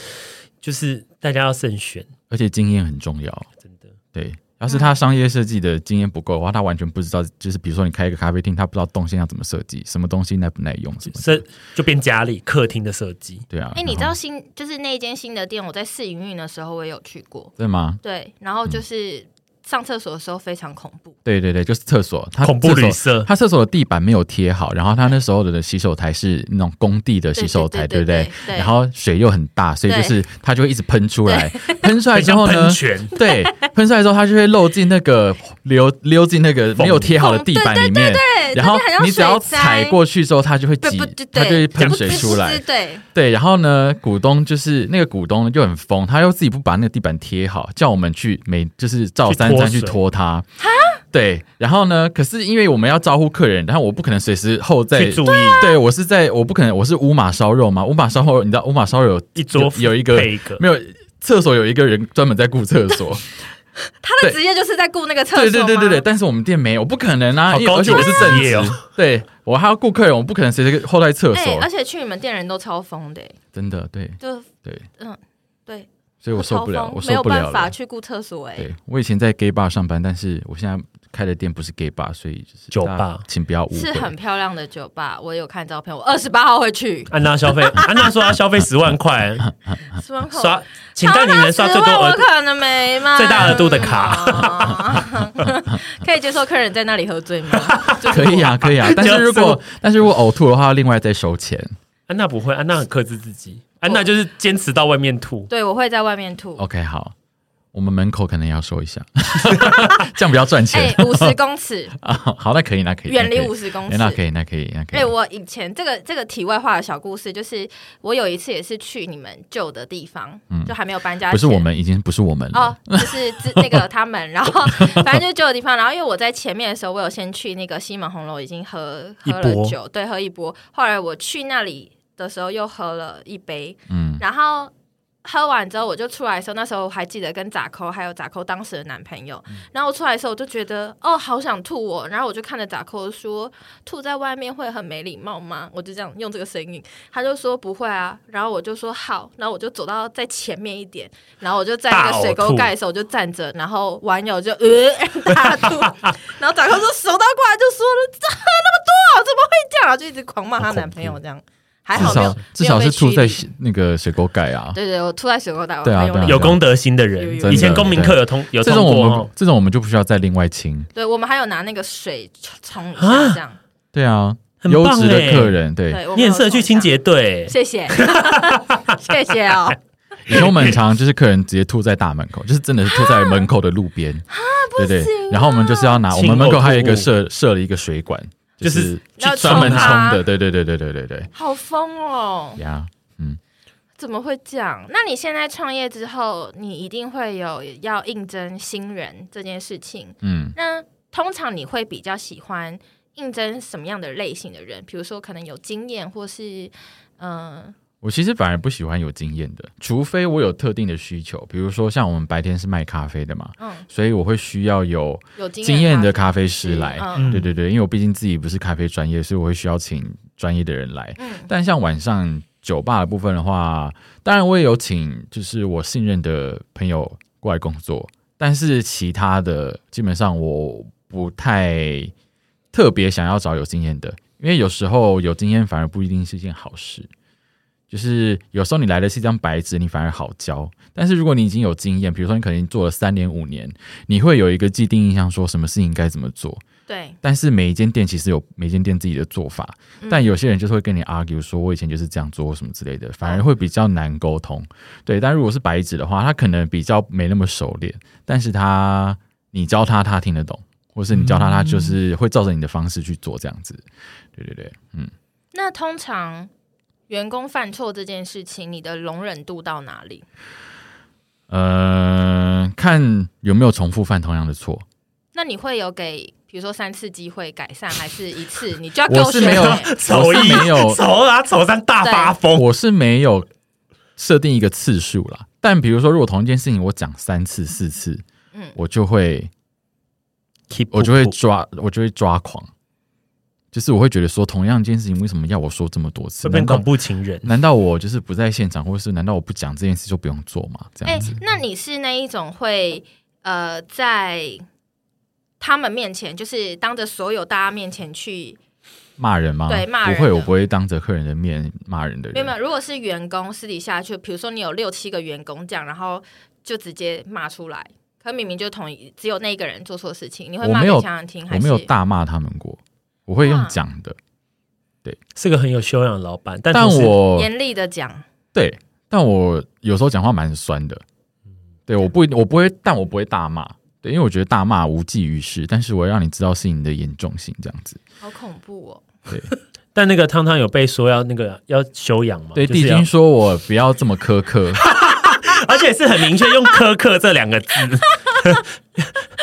Speaker 1: 就是大家要慎选，
Speaker 3: 而且经验很重要。
Speaker 1: 真的。
Speaker 3: 对，要
Speaker 2: 嗯
Speaker 3: 是他商业设计的经验不够的话，他完全不知道，就是比如说你开一个咖啡厅，他不知道动线要怎么设计，什么东西耐不耐用什么
Speaker 1: 设
Speaker 3: 的。
Speaker 1: 就变家里客厅的设计，
Speaker 3: 对啊，
Speaker 2: 哎，你知道
Speaker 3: 然后
Speaker 2: 新就是那一间新的店，我在试营运的时候我也有去过，
Speaker 3: 对吗？
Speaker 2: 对，然
Speaker 3: 嗯
Speaker 2: 后就是上厕所的时候非常恐怖，
Speaker 3: 对对对，就是厕所，他
Speaker 1: 恐怖
Speaker 3: 厕所
Speaker 1: 旅社
Speaker 3: 他厕所的地板没有贴好，然后他那时候的洗手台是那种工地的洗手台，
Speaker 2: 对
Speaker 3: 不
Speaker 2: 对对
Speaker 3: 对？
Speaker 2: 对对
Speaker 3: 然后水又很大，所以就是它就会一直喷出来， 喷出来
Speaker 1: 很
Speaker 3: 之
Speaker 1: 像
Speaker 3: 后
Speaker 1: 喷
Speaker 3: 呢，
Speaker 1: 泉。
Speaker 3: 对，喷出来之后它就会漏进那个溜溜进那个没有贴好的地板里面，
Speaker 2: 对，
Speaker 3: 然后
Speaker 2: 真的很像
Speaker 3: 你只要
Speaker 2: 水灾
Speaker 3: 踩过去之后，它就会
Speaker 2: 不
Speaker 3: 挤
Speaker 2: 不对，，
Speaker 3: 它就会喷
Speaker 2: 不
Speaker 3: 水
Speaker 2: 不
Speaker 3: 出
Speaker 2: 是
Speaker 3: 来。
Speaker 2: 对，
Speaker 3: 对，然后呢，股东就是那个股东就很疯，他又自己不把那个地板贴好，叫我们去每就是照
Speaker 1: 去
Speaker 3: 三
Speaker 1: 拖
Speaker 3: 餐去
Speaker 1: 水
Speaker 3: 拖它。对，然后呢，可是因为我们要招呼客人，然后我不可能随时候在
Speaker 1: 去注意
Speaker 3: 对我是在我不可能我是乌马烧肉嘛，乌马烧肉你知道乌马烧肉有
Speaker 1: 一桌
Speaker 3: 有有一个
Speaker 1: 配一个，
Speaker 3: 没有厕所有一个人专门在顾厕所，
Speaker 2: 他的
Speaker 3: 对
Speaker 2: 职业就是在顾那个厕所
Speaker 3: 对对对对对，
Speaker 2: 吗
Speaker 3: 但是我们店没有，不可能啊，
Speaker 1: 好
Speaker 3: 因为
Speaker 1: 高
Speaker 3: 而
Speaker 1: 级
Speaker 3: 且我是正
Speaker 1: 职业
Speaker 3: 职，
Speaker 1: 哦
Speaker 3: 对我还要顾客人，我不可能随时候在厕
Speaker 2: 哎
Speaker 3: 所，
Speaker 2: 而且去你们店人都超疯的，欸
Speaker 3: 真的对
Speaker 2: 就
Speaker 3: 对，
Speaker 2: 嗯对，
Speaker 3: 所以我受不了
Speaker 2: 超，疯
Speaker 3: 我
Speaker 2: 没
Speaker 3: 受
Speaker 2: 有
Speaker 3: 不了
Speaker 2: 办
Speaker 3: 了
Speaker 2: 法。去顾厕所哎。
Speaker 3: 对，我以前在 gay bar 上班，但是我现在开的店不是 gay bar，所以就是
Speaker 1: 酒
Speaker 3: 大家
Speaker 1: bar，
Speaker 3: 请不要误
Speaker 2: 是很
Speaker 3: 会。
Speaker 2: 漂亮的酒吧，我有看照片。我二十八号会去
Speaker 1: 安娜消 费，安娜说她消费十万块，
Speaker 2: 十万块
Speaker 1: 刷，请带你能刷最多呃
Speaker 2: 我
Speaker 1: 额度。
Speaker 2: 可能没嘛，
Speaker 1: 最大额度的卡
Speaker 2: 哦， 可以接受客人在那里喝醉吗？
Speaker 3: 可以啊，可以啊，但是如
Speaker 1: 就是我
Speaker 3: 果但是如果呕吐的话，另外再收钱。
Speaker 1: 安娜不会，安娜很克制自己，
Speaker 2: 哦
Speaker 1: 安娜就是坚持到外面吐。
Speaker 2: 对，我会在外面吐。
Speaker 1: 哦
Speaker 3: OK，好，我们门口可能也要 收一下，这样比较赚
Speaker 2: 哎
Speaker 3: 钱，
Speaker 2: 五十 公尺，
Speaker 3: 啊。好，那可以，那可以，
Speaker 2: 哎远离
Speaker 3: 那可以
Speaker 2: 五十公
Speaker 3: 哎
Speaker 2: 尺。
Speaker 3: 那可以，那可以，那可
Speaker 2: 哎、
Speaker 3: 以。
Speaker 2: 我以前这个这个题外话的小故事，就是我有一次也是去你们旧的地方，
Speaker 1: 嗯
Speaker 2: 就还没有搬家前，
Speaker 3: 不是我们，已经不是我们了。
Speaker 2: 哦，就是之那个他们，然 后反正就是旧的地方。然后因为我在前面的时候，我有先去那个西门红楼已经喝
Speaker 1: 一
Speaker 2: 喝了
Speaker 1: 波
Speaker 2: 酒，对，喝一波。后来我去那里的时候又喝了一杯，
Speaker 3: 嗯，
Speaker 2: 然后。喝完之后我就出来的时候，那时候我还记得跟咋扣还有咋扣当时的男朋友，然后我出来的时候我就觉得哦好想吐哦，然后我就看着咋扣说吐在外面会很没礼貌吗？我就这样用这个声音，他就说不会啊，然后我就说好，然后我就走到在前面一点，然后我就在那个水沟盖的时候我就站着，然后网友就 呃大吐，然后咋扣说手到过来就说了这喝那么多啊怎么会这样，然后就一直狂骂她男朋友这样，还好
Speaker 3: 至
Speaker 2: 没有
Speaker 3: 少至少是吐
Speaker 2: 处
Speaker 3: 在那个水沟盖啊。
Speaker 2: 对对，我吐在水沟带，我
Speaker 3: 对啊
Speaker 2: 很有
Speaker 3: 对啊
Speaker 2: 礼
Speaker 1: 有
Speaker 2: 貌
Speaker 1: 公德心的
Speaker 2: 有有
Speaker 1: 人，
Speaker 2: 有
Speaker 1: 以前公民课有通有
Speaker 3: 这
Speaker 1: 通
Speaker 3: 种我
Speaker 1: 过
Speaker 3: 们
Speaker 1: 哦，
Speaker 3: 这种我们就不需要再另外清。
Speaker 2: 对我们还有拿那个水冲一下这样。
Speaker 3: 对啊，
Speaker 1: 很
Speaker 3: 优
Speaker 1: 棒
Speaker 3: 质的
Speaker 1: 欸
Speaker 3: 客人，对，
Speaker 2: 对，我们
Speaker 1: 你
Speaker 2: 有
Speaker 1: 很适合去清洁队，
Speaker 2: 冲一下，谢 谢，谢谢哦。
Speaker 3: 以前我们很常就是客人直接吐在大门口，就是真的是吐在门口的路 边，
Speaker 2: 啊
Speaker 3: 对对。然后我们就是要拿，我
Speaker 1: 亲
Speaker 3: 们
Speaker 1: 口
Speaker 3: 门口还有一
Speaker 1: 吐
Speaker 3: 个
Speaker 1: 物
Speaker 3: 设设了一个水管，就
Speaker 1: 就是啊
Speaker 3: 是
Speaker 2: 要
Speaker 3: 专门
Speaker 2: 冲
Speaker 3: 冲
Speaker 2: 它
Speaker 3: 的，对对对对对对对
Speaker 2: 好疯哦！
Speaker 3: 呀。
Speaker 2: 怎么会这样？那你现在创业之后，你一定会有要应征新人这件事情。
Speaker 3: 嗯，
Speaker 2: 那通常你会比较喜欢应征什么样的类型的人？比如说，可能有经验，或是嗯、
Speaker 3: 我其实反而不喜欢有经验的，除非我有特定的需求，比如说像我们白天是卖咖啡的嘛，
Speaker 2: 嗯，
Speaker 3: 所以我会需要有
Speaker 2: 有经
Speaker 3: 经验的
Speaker 2: 咖
Speaker 3: 咖啡
Speaker 2: 啡
Speaker 3: 师来。
Speaker 2: 嗯
Speaker 3: 对对对，因为我毕竟自己不是咖啡专业，所以我会需要请专业的人来。
Speaker 2: 嗯
Speaker 3: 但像晚上酒吧的部分的话，当然我也有请，就是我信任的朋友过来工作，但是其他的基本上我不太特别想要找有经验的，因为有时候有经验反而不一定是一件好事。就是有时候你来的是一张白纸，你反而好教。但是如果你已经有经验，比如说你可能做了三年五年，你会有一个既定印象，说什么事情该怎么做。
Speaker 2: 对，
Speaker 3: 但是每一间店其实有每一间店自己的做法，
Speaker 2: 嗯
Speaker 3: 但有些人就是会跟你 argue 说，我以前就是这样做什么之类的，反而会比较难沟通。对，但如果是白纸的话，他可能比较没那么熟练，但是他你教他，他听得懂，或是你教他，他就是会照着你的方式去做这样子。对对对，
Speaker 2: 那通常员工犯错这件事情，你的容忍度到哪里？
Speaker 3: 呃，看有没有重复犯同样的错。
Speaker 2: 那你会有给，比如说三次机会改善，还是一次你就要给
Speaker 3: 我是
Speaker 2: 学
Speaker 3: 没有
Speaker 2: 会
Speaker 1: 丑一
Speaker 3: 没有
Speaker 1: 丑啊，丑三大发疯，
Speaker 3: 我是没有设定一个次数啦，但比如说，如果同一件事情我讲三次、四次，
Speaker 2: 嗯
Speaker 3: 我就会
Speaker 1: Keep
Speaker 3: 我就会
Speaker 1: up
Speaker 3: 抓，我就会抓狂，就是我会觉得说，同样一件事情为什么要我说这么多次？
Speaker 1: 会变
Speaker 3: 难道
Speaker 1: 恐怖情人。
Speaker 3: 难道我就是不在现场，或是难道我不讲这件事就不用做吗？这
Speaker 2: 哎、
Speaker 3: 样子，
Speaker 2: 那你是那一种会呃，在他们面前，就是当着所有大家面前去，
Speaker 3: 骂人吗？
Speaker 2: 对骂人
Speaker 3: 不会，
Speaker 2: 的
Speaker 3: 我不会当着客人的面骂人的
Speaker 2: 没有
Speaker 3: 人
Speaker 2: 没。有？如果是员工私底下去，比如说你有六七个员工这样，然后就直接骂出来，可明明就同一只有那一个人做错事情，你会
Speaker 3: 我
Speaker 2: 骂
Speaker 3: 没
Speaker 2: 给
Speaker 3: 有
Speaker 2: 其他人听，还
Speaker 3: 我
Speaker 2: 是
Speaker 3: 没有大骂他们过，我会用
Speaker 2: 哇
Speaker 3: 讲的，
Speaker 1: 是个很有修养的老板，但
Speaker 3: 但
Speaker 1: 同时
Speaker 3: 我
Speaker 2: 严厉的讲？
Speaker 3: 对，但我有时候讲话蛮酸的。
Speaker 1: 嗯
Speaker 3: 对，我不我不会，但我不会大骂。对，因为我觉得大骂无济于事，但是我要让你知道事情的严重性，这样子。
Speaker 2: 好恐怖哦！
Speaker 1: 但那个汤汤有被说要那个要修养嘛？
Speaker 3: 对，
Speaker 1: 就是
Speaker 3: 帝
Speaker 1: 要啊
Speaker 3: 君说我不要这么苛刻，
Speaker 1: 而且是很明确用苛刻这两个字，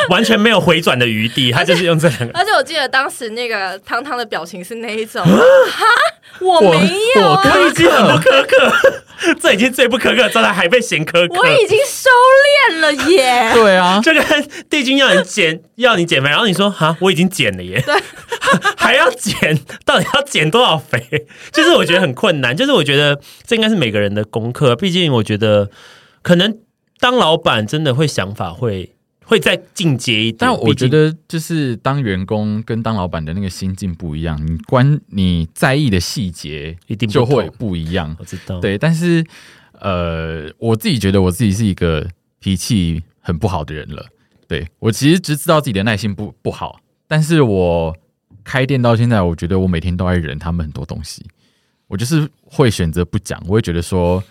Speaker 1: 完全没有回转的余地，他就是用这两个。
Speaker 2: 而且我记得当时那个汤汤的表情是那一种，哈，我
Speaker 3: 我
Speaker 2: 没有
Speaker 3: 我
Speaker 2: 啊，
Speaker 1: 啊我已
Speaker 3: 苛
Speaker 1: 经很不
Speaker 3: 刻，
Speaker 1: 苛刻，这已经最不苛刻的状态，还被嫌苛
Speaker 2: 我已
Speaker 1: 刻。
Speaker 2: 经收敛了 耶。
Speaker 3: 对啊，
Speaker 1: 就跟帝君要你减，要你减肥，然后你说哈，我已经减了耶，还要减，到底要减多少肥？就是我觉得很困难，就是我觉得这应该是每个人的功课。毕竟我觉得，可能当老板真的会想法会会再进阶一点。
Speaker 3: 但我
Speaker 1: 毕
Speaker 3: 觉
Speaker 1: 竟
Speaker 3: 得，就是当员工跟当老板的那个心境不一样，你关你在意的细节
Speaker 1: 一定不
Speaker 3: 就会
Speaker 1: 同嗯
Speaker 3: 不一样。
Speaker 1: 我知道，
Speaker 3: 对，但是呃，我自己觉得我自己是一个脾气很不好的人了。对我其实只知道自己的耐心不不好，但是我开店到现在，我觉得我每天都在忍他们很多东西。我就是会选择不讲，我会觉得说，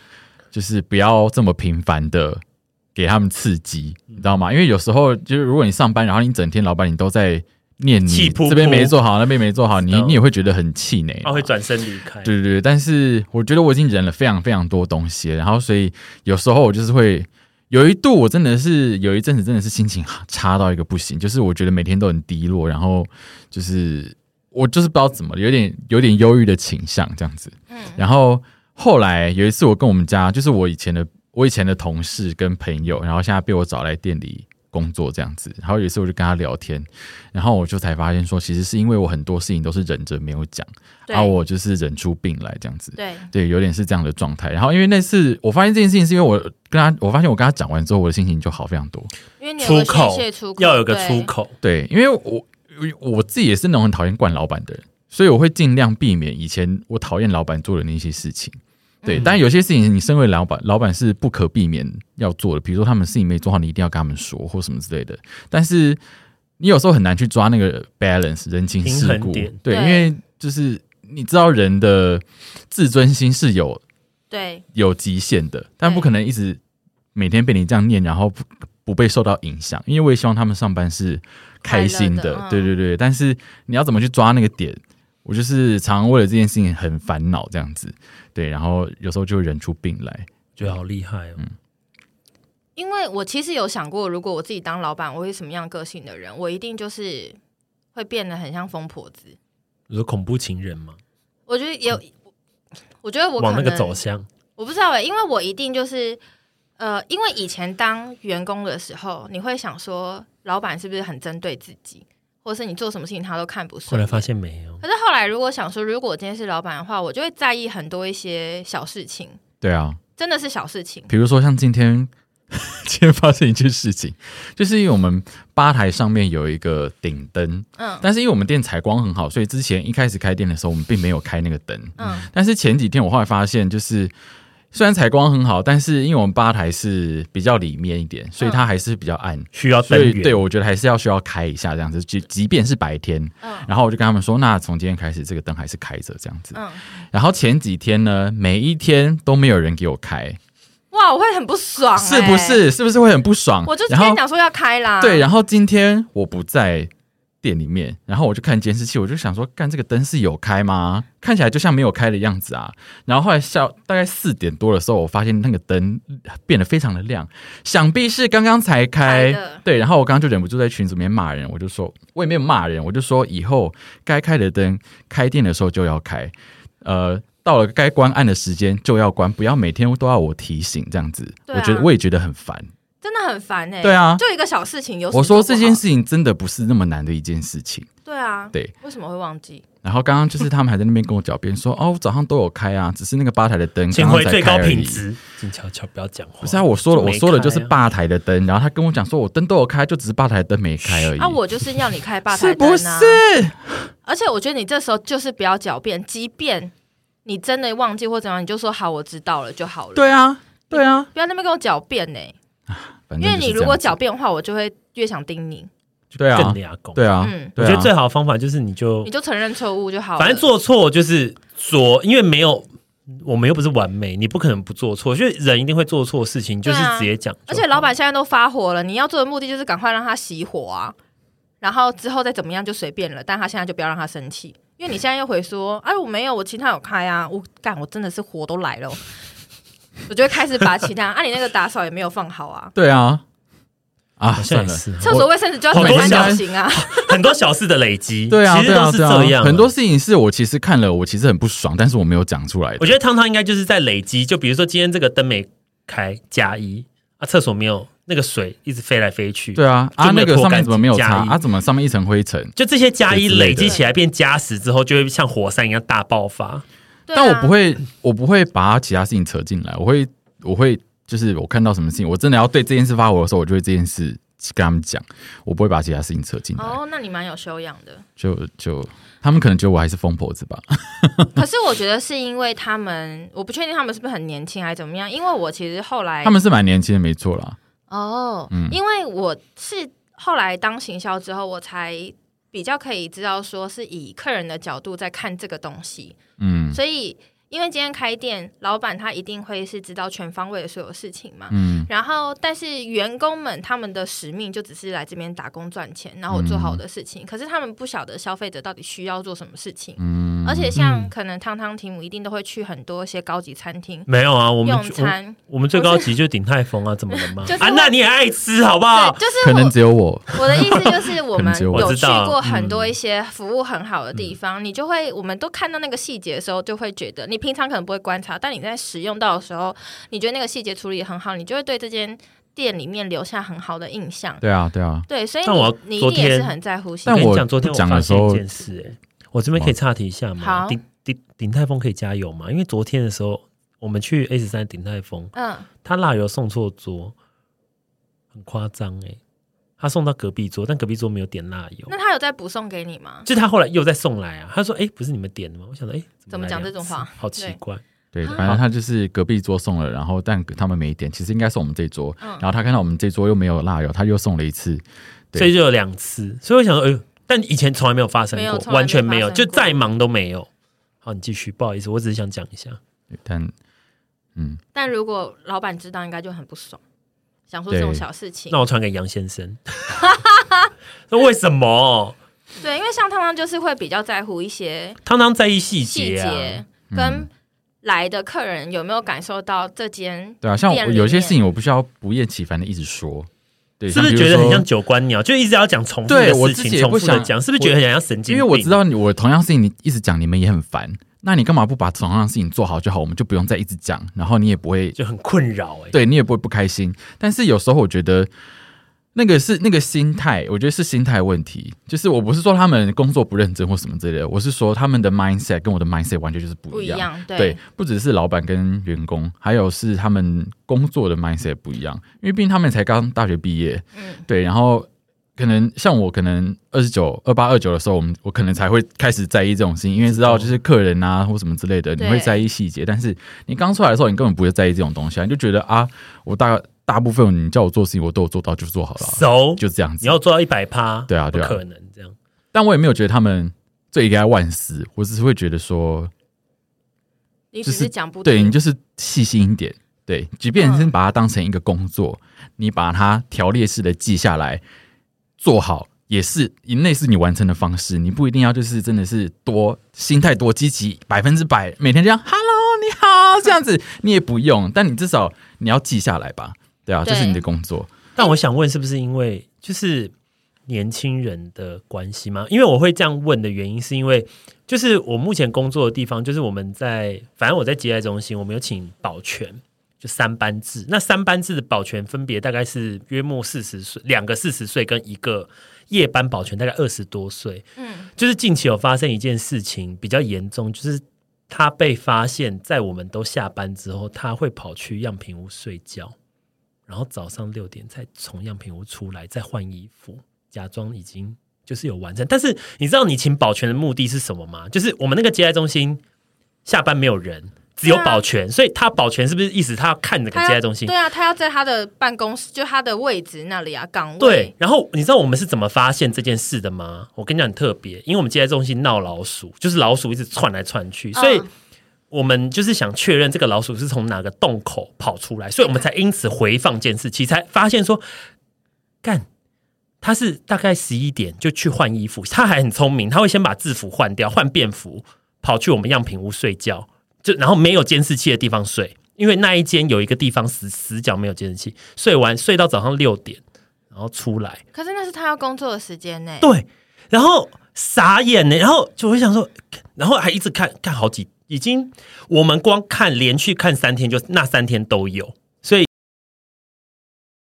Speaker 3: 就是不要这么频繁的给他们刺激，你知道吗？因为有时候就是如果你上班，然后你整天老板你都在念你
Speaker 1: 气噗噗哦
Speaker 3: 这边没做好，那边没做好，你
Speaker 1: 知道
Speaker 3: 你也会觉得很气馁嘛，
Speaker 1: 他会转身离开。
Speaker 3: 对对对，但是我觉得我已经忍了非常非常多东西了，然后所以有时候我就是会有一度我真的是有一阵子真的是心情差到一个不行，就是我觉得每天都很低落，然后就是我就是不知道怎么了有点有点忧郁的倾向这样子。
Speaker 2: 嗯
Speaker 3: 然后后来有一次我跟我们家就是我以前的我以前的同事跟朋友，然后现在被我找来店里。工作这样子，然后有一次我就跟他聊天，然后我就才发现说，其实是因为我很多事情都是忍着没有讲，
Speaker 2: 对、
Speaker 3: 啊，我就是忍出病来这样子。
Speaker 2: 对，
Speaker 3: 对，有点是这样的状态。然后因为那次我发现这件事情，是因为我跟他，我发现我跟他讲完之后，我的心情就好非常多。
Speaker 2: 因为你有
Speaker 1: 出
Speaker 2: 个
Speaker 1: 口
Speaker 2: 宣泄出口
Speaker 1: 要有个出
Speaker 2: 对
Speaker 1: 口，
Speaker 3: 对，因为我我我自己也是那种很讨厌惯老板的人，所以我会尽量避免以前我讨厌老板做的那些事情。对，但有些事情你身为老板，老板是不可避免要做的，比如说他们事情没做好，你一定要跟他们说或什么之类的。但是你有时候很难去抓那个 balance 人情世
Speaker 1: 平
Speaker 3: 故
Speaker 1: 衡点，
Speaker 3: 对，
Speaker 2: 对
Speaker 3: 因为就是你知道人的自尊心是有
Speaker 2: 对
Speaker 3: 有极限的，但
Speaker 2: 对
Speaker 3: 不可能一直每天被你这样念，然后不不被受到影响。因为我也希望他们上班是开心
Speaker 2: 快乐
Speaker 3: 的，
Speaker 2: 的嗯
Speaker 3: 对对对。但是你要怎么去抓那个点？我就是常常为了这件事情很烦恼，这样子，对，然后有时候就忍出病来。
Speaker 1: 觉得好厉害
Speaker 3: 嗯
Speaker 1: 哦。
Speaker 2: 因为我其实有想过，如果我自己当老板，我会是什么样个性的人？我一定就是会变得很像疯婆子。
Speaker 1: 你说恐怖情人嘛，
Speaker 2: 我觉得有，我觉得我可
Speaker 1: 往那
Speaker 2: 能
Speaker 1: 个走向，
Speaker 2: 我不知道哎、因为我一定就是呃，因为以前当员工的时候，你会想说，老板是不是很针对自己，或是你做什么事情他都看不
Speaker 1: 后
Speaker 2: 顺
Speaker 1: 来
Speaker 2: 眼？
Speaker 1: 发现没有。
Speaker 2: 可是后来如果想说，如果我今天是老板的话，我就会在意很多一些小事情，
Speaker 3: 对啊，
Speaker 2: 真的是小事情。
Speaker 3: 比如说像今天， 今天发生一件事情，就是因为我们吧台上面有一个顶灯，
Speaker 2: 嗯
Speaker 3: 但是因为我们店采光很好，所以之前一开始开店的时候，我们并没有开那个灯，
Speaker 2: 嗯，
Speaker 3: 但是前几天我后来发现，就是虽然采光很好，但是因为我们吧台是比较里面一点，
Speaker 2: 嗯
Speaker 3: 所以它还是比较暗。
Speaker 1: 需要
Speaker 3: 所
Speaker 1: 灯
Speaker 3: 以，
Speaker 1: 源，
Speaker 3: 对我觉得还是要需要开一下这样子，即即便是白天，
Speaker 2: 嗯
Speaker 3: 然后我就跟他们说，那从今天开始这个灯还是开着这样子。
Speaker 2: 嗯，
Speaker 3: 然后前几天呢，每一天都没有人给我开，
Speaker 2: 哇，我会很不爽、欸，
Speaker 3: 是不？是？是不是会很不爽？
Speaker 2: 我就
Speaker 3: 然
Speaker 2: 跟
Speaker 3: 后
Speaker 2: 你讲说要开啦，
Speaker 3: 对，然后今天我不在店里面，然后我就看监视器，我就想说，干这个灯是有开吗？看起来就像没有开的样子啊。然后后来下午大概四点多的时候，我发现那个灯变得非常的亮，想必是刚刚才
Speaker 2: 开
Speaker 3: 开
Speaker 2: 的。
Speaker 3: 对，然后我刚刚就忍不住在群组里面骂人，我就说，我也没有骂人，我就说以后该开的灯，开店的时候就要开，呃。到了该关暗的时间就要关，不要每天都要我提醒这样子。
Speaker 2: 对啊
Speaker 3: 我觉得我也觉得很烦。
Speaker 2: 真的很烦哎、
Speaker 3: 对啊
Speaker 2: 就一个小事情有什么
Speaker 3: 我
Speaker 2: 做不
Speaker 3: 说
Speaker 2: 好
Speaker 3: 这件事情真的不是那么难的一件事情。
Speaker 2: 对啊，
Speaker 3: 对，
Speaker 2: 为什么会忘记？
Speaker 3: 然后刚刚就是他们还在那边 跟我狡辩说，哦，我早上都有开啊，只是那个吧台的灯
Speaker 1: 请
Speaker 3: 刚
Speaker 1: 回
Speaker 3: 刚才
Speaker 1: 最
Speaker 3: 开
Speaker 1: 高
Speaker 3: 而
Speaker 1: 品
Speaker 3: 已。
Speaker 1: 质。静悄悄，不要讲话。
Speaker 3: 不是啊，我说了，
Speaker 1: 就
Speaker 3: 我
Speaker 1: 没
Speaker 3: 说的就是
Speaker 1: 开啊
Speaker 3: 吧台的灯，然后他跟我讲说，我灯都有开，就只是吧台的灯没开而已。
Speaker 2: 啊，我就是要你开吧台
Speaker 3: 是
Speaker 2: 灯
Speaker 3: 不
Speaker 2: 啊！
Speaker 3: 是？
Speaker 2: 而且我觉得你这时候就是不要狡辩，即便你真的忘记或怎样，你就说好，我知道了就好了。，
Speaker 3: 对啊，对啊，
Speaker 2: 不要在那边跟我狡辩呢、
Speaker 3: 反
Speaker 2: 因
Speaker 3: 正
Speaker 2: 为
Speaker 3: 就是
Speaker 2: 你如果
Speaker 3: 这样
Speaker 2: 狡辩的话，我就会越想盯你。
Speaker 3: 对啊
Speaker 1: 更俩拱。
Speaker 3: 子，对啊，
Speaker 2: 嗯
Speaker 1: 我
Speaker 3: 对啊
Speaker 1: 觉得最好的方法就是你就
Speaker 2: 你就承认错误就好了。
Speaker 1: 反正做错就是做，因为没有我们又不是完美，你不可能不做错，就是人一定会做错事情，就
Speaker 2: 对
Speaker 1: 是
Speaker 2: 啊
Speaker 1: 直接讲就好。
Speaker 2: 而且老板现在都发火了，你要做的目的就是赶快让他熄火啊，然后之后再怎么样就随便了。但他现在就不要让他生气，因为你现在又回说：“哎，我没有，我其他有开啊。我”干，我真的是火都来了哦，我就会开始把其他啊，你那个打扫也没有放好啊，
Speaker 3: 对啊，啊，
Speaker 1: 好像
Speaker 3: 算
Speaker 1: 也
Speaker 3: 了，
Speaker 1: 是
Speaker 2: 厕所卫生纸就要
Speaker 1: 好
Speaker 2: 怎
Speaker 1: 多
Speaker 2: 么三
Speaker 1: 小
Speaker 2: 角形啊，
Speaker 1: 很多小事的累积，
Speaker 3: 对啊，
Speaker 1: 其实
Speaker 3: 对
Speaker 1: 都
Speaker 3: 啊，
Speaker 1: 是
Speaker 3: 对啊
Speaker 1: 这样。
Speaker 3: 很多。事情是我其实看了，我其实很不爽，但是我没有讲出来的。
Speaker 1: 我觉得汤汤应该就是在累积，就比如说今天这个灯没开加一啊，厕所没有那个水一直飞来飞去，
Speaker 3: 对啊，啊，
Speaker 1: 就没有
Speaker 3: 那个
Speaker 1: 脱
Speaker 3: 上
Speaker 1: 干
Speaker 3: 面怎么没有
Speaker 1: 净
Speaker 3: 擦
Speaker 1: 加一
Speaker 3: 啊？怎么上面一层灰尘？
Speaker 1: 就这些加一
Speaker 3: 对之类的
Speaker 1: 累积起来变加十之后，就会像火山一样大爆发。
Speaker 2: 对啊
Speaker 3: 但我不。会，我不会把其他事情扯进来，我会，我会就是我看到什么事情，我真的要对这件事发火的时候，我就会这件事跟他们讲，我不会把其他事情扯进来，
Speaker 2: 哦，那你蛮有修养的。
Speaker 3: 就就他们可能觉得我还是疯婆子吧，
Speaker 2: 可是我觉得是因为他们，我不确定他们是不是很年轻还是怎么样。因为我其实后来
Speaker 3: 他们是蛮年轻的，没错啦，
Speaker 2: 哦，
Speaker 3: 嗯
Speaker 2: 因为我是后来当行销之后，我才比较可以知道说是以客人的角度在看这个东西，
Speaker 3: 嗯
Speaker 2: 所以因为今天开店，老板他一定会是知道全方位的所有事情嘛。
Speaker 3: 嗯
Speaker 2: 然后，但是员工们他们的使命就只是来这边打工赚钱，然后我做
Speaker 3: 嗯
Speaker 2: 好我的事情。可是他们不晓得消费者到底需要做什么事情，
Speaker 3: 嗯，
Speaker 2: 而且像可能汤汤提姆一定都会去很多一些高级餐厅
Speaker 1: 没有啊，我们
Speaker 2: 用餐，
Speaker 1: 我们最高级就鼎泰丰啊，怎么了 吗
Speaker 2: 就是？我
Speaker 1: 啊，那你也爱吃好不好
Speaker 2: 对，？就是
Speaker 3: 可
Speaker 2: 我
Speaker 3: 能只有我，
Speaker 2: 我的意思就是，我
Speaker 3: 可
Speaker 2: 们
Speaker 3: 能只有我
Speaker 2: 有
Speaker 1: 知
Speaker 2: 去
Speaker 1: 道啊
Speaker 2: 过很多一些服务很好的地方，你就会，我们都看到那个细节的时候，就会觉得你平常可能不会观察，但你在使用到的时候，你觉得那个细节处理得很好，你就会对这间店里面留下很好的印象。
Speaker 3: 对啊对啊，
Speaker 2: 对，所以
Speaker 1: 但我
Speaker 2: 你你一
Speaker 1: 昨
Speaker 2: 定也是
Speaker 1: 天
Speaker 2: 很在乎细
Speaker 3: 但
Speaker 1: 我
Speaker 2: 节。
Speaker 1: 跟
Speaker 3: 我
Speaker 1: 你讲，昨天我
Speaker 3: 讲
Speaker 1: 发
Speaker 3: 的时
Speaker 1: 现一
Speaker 3: 候
Speaker 1: 件事、欸，我这边可以岔题一下吗？
Speaker 2: 好
Speaker 1: 鼎鼎鼎泰丰可以加油吗？因为昨天的时候，我们去 A 十三鼎泰丰，
Speaker 2: 嗯，
Speaker 1: 他辣油送错桌，很夸张哎，他送到隔壁桌，但隔壁桌没有点辣油
Speaker 2: 那。他有再补送给你吗？
Speaker 1: 就他后来又再送来啊，他说：“哎、不是你们点的吗？”我想说：“哎、
Speaker 2: 怎么
Speaker 1: 来
Speaker 2: 讲
Speaker 1: 两
Speaker 2: 这种
Speaker 1: 次
Speaker 2: 话
Speaker 1: 好奇
Speaker 2: 对
Speaker 1: 怪。
Speaker 3: 对，
Speaker 2: 啊
Speaker 3: 反正他就是隔壁桌送了，然后但他们没点，其实应该是我们这桌，
Speaker 2: 嗯
Speaker 3: 然后他看到我们这桌又没有辣油，他又送了一次，”对
Speaker 1: 所以就有两次，所以我想说：“哎、呦，但以前从来没有发生
Speaker 2: 没有
Speaker 1: 过，
Speaker 2: 从来没
Speaker 1: 完全没有，
Speaker 2: 发生
Speaker 1: 就
Speaker 2: 过
Speaker 1: 再忙都没有。”好，你继续，不好意思，我只是想讲一下。
Speaker 3: 对但嗯，
Speaker 2: 但如果老板知道，应该就很不爽，想说这种
Speaker 3: 对
Speaker 2: 小事情。
Speaker 1: 那我传给杨先生。 那为什么？
Speaker 2: 对，因为像汤汤就是会比较在乎一些
Speaker 1: 汤汤在意细
Speaker 2: 细
Speaker 1: 节啊
Speaker 2: 节，跟来的客人有没有感受到这间
Speaker 3: 对啊，像
Speaker 2: 店
Speaker 3: 我
Speaker 2: 里
Speaker 3: 有些
Speaker 2: 面
Speaker 3: 事情我不需要不厌其烦的一直说，对，
Speaker 1: 是不是
Speaker 3: 比如
Speaker 1: 觉得很
Speaker 3: 说
Speaker 1: 像九官鸟，就一直要讲重复的
Speaker 3: 对我
Speaker 1: 事
Speaker 3: 自己
Speaker 1: 情，
Speaker 3: 也
Speaker 1: 重
Speaker 3: 不
Speaker 1: 复的
Speaker 3: 想
Speaker 1: 讲，是不是觉得很像神经病？
Speaker 3: 因为我知道你，我同样事情你一直讲，你们也很烦。那你干嘛不把同样的事情做好就好？我们就不用再一直讲，然后你也不会，
Speaker 1: 就很困扰哎、
Speaker 3: 对你也不会不开心。但是有时候我觉得那个是那个心态，我觉得是心态问题。就是我不是说他们工作不认真或什么之类的，我是说他们的 mindset 跟我的 mindset 完全就是
Speaker 2: 不
Speaker 3: 不
Speaker 2: 一
Speaker 3: 一样。
Speaker 2: 样？对，
Speaker 3: 对，不只是老板跟员工，还有是他们工作的 mindset 不一样，因为毕竟他们才刚大学毕业，
Speaker 2: 嗯
Speaker 3: 对，然后可能像我，可能二十九、二八、二九的时候，我们我可能才会开始在意这种事情，因为知道就是客人啊或什么之类的，你
Speaker 2: 对
Speaker 3: 会在意细节。但是你刚出来的时候，你根本不会在意这种东西啊，你就觉得啊，我大大部分你叫我做事情，我都有做到，就做好了啊，
Speaker 1: 熟，
Speaker 3: 就这样
Speaker 1: 你
Speaker 3: 子。
Speaker 1: 要做到一百趴，
Speaker 3: 对啊
Speaker 1: 不
Speaker 3: 对啊
Speaker 1: 可能这样。
Speaker 3: 但我也没有觉得他们罪该万死，我只是会觉得说，
Speaker 2: 你只
Speaker 3: 就是是
Speaker 2: 讲不嗯
Speaker 3: 对
Speaker 2: 听
Speaker 3: 你就是细心一点。对，即便是把它当成一个工作，你把它条列式的记下来，做好，也是以类似你完成的方式，你不一定要就是真的是多心态多积极百分之百，每天这样 “hello 你好”这样子，你也不用，但你至少你要记下来吧，对啊，这是
Speaker 2: 对
Speaker 3: 你的工作，
Speaker 1: 但我想问，是不是因为就是年轻人的关系吗？因为我会这样问的原因，是因为就是我目前工作的地方，就是我们在反正我在接待中心，我们有请保全，就三班制。那三班制的保全分别大概是约莫四十岁，两个四十岁跟一个夜班保全大概二十多岁。
Speaker 2: 嗯，
Speaker 1: 就是近期有发生一件事情比较严重，就是。他被发现，在我们都下班之后，他会跑去样品屋睡觉。然后早上六点再从样品屋出来，再换衣服，假装已经就是有完成。但是你知道你请保全的目的是什么吗？就是我们那个接待中心下班没有人，只有
Speaker 2: 对啊
Speaker 1: 保全，所以他保全是不是意思他要看那个
Speaker 2: 他要
Speaker 1: 接待中心？
Speaker 2: 对啊，他要在他的办公室，就他的位置那里啊，岗位。
Speaker 1: 对，，然后你知道我们是怎么发现这件事的吗？我跟你讲很特别，因为我们接待中心闹老鼠，就是老鼠一直窜来窜去，所以
Speaker 2: 嗯
Speaker 1: 我们就是想确认这个老鼠是从哪个洞口跑出来，所以我们才因此回放监视器，才发现说，干。他是大概十一点就去换衣服，他还很聪明，他会先把制服换掉，换便服，跑去我们样品屋睡觉，就然后没有监视器的地方睡，因为那一间有一个地方死死角没有监视器，睡完睡到早上六点，然后出来，
Speaker 2: 可是那是他要工作的时间呢、
Speaker 1: 对，然后傻眼呢，然后就会想说，然后还一直看看好几，已经我们光看连续看三天，就那三天都有，所以，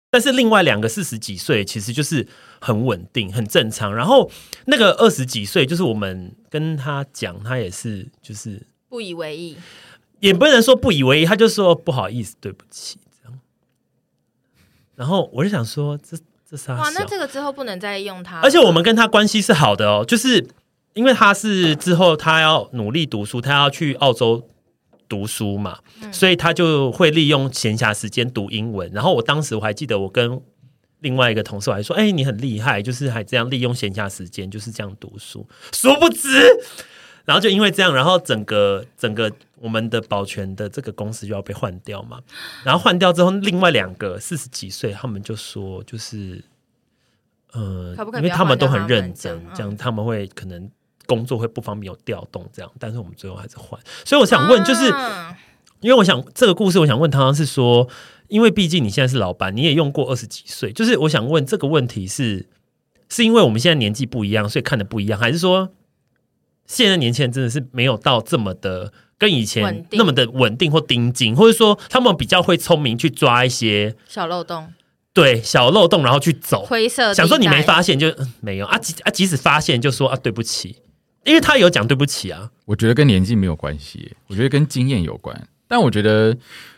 Speaker 1: 但是另外两个四十几岁其实就是很稳定、很正常，然后那个二十几岁就是我们跟他讲，他也是就是
Speaker 2: 不以为意。
Speaker 1: 也不能说不以为意，他就说不好意思，对不起这样。然后我就想说，这这啥
Speaker 2: 哇，那
Speaker 1: 小？
Speaker 2: 这个之后不能再用他了。
Speaker 1: 啊而且我们跟他关系是好的哦，就是因为他是之后他要努力读书，他要去澳洲读书嘛，所以他就会利用闲暇时间读英文。然后我当时我还记得，我跟另外一个同事我还说：“哎、你很厉害，就是还这样利用闲暇时间，就是这样读书。”殊不知，然后就因为这样，然后整个整个我们的保全的这个公司就要被换掉嘛。然后换掉之后，另外两个四十几岁，他们就说就是。呃，
Speaker 2: 可不可以
Speaker 1: 因为
Speaker 2: 不要
Speaker 1: 他们
Speaker 2: 换
Speaker 1: 都
Speaker 2: 掉
Speaker 1: 很
Speaker 2: 他们
Speaker 1: 认
Speaker 2: 这
Speaker 1: 真
Speaker 2: 样，嗯
Speaker 1: 这样他们会可能工作会不方便有调动这样，但是我们最后还是换。所以我想问，就是、
Speaker 2: 啊
Speaker 1: 因为我想这个故事，我想问汤汤是说，因为毕竟你现在是老板，你也用过二十几岁，就是我想问这个问题是，是因为我们现在年纪不一样，所以看的不一样，还是说现在年轻人真的是没有到这么的跟以前
Speaker 2: 稳定
Speaker 1: 那么的稳定或盯紧，或者说他们比较会聪明去抓一些
Speaker 2: 小漏洞、
Speaker 1: 对小漏洞，然后去走，
Speaker 2: 灰色地带，
Speaker 1: 哦想说你没发现就、嗯没有啊，即啊即使发现就说啊对不起，因为他有讲对不起啊，
Speaker 3: 我觉得跟年纪没有关系，我觉得跟经验有关。但我觉得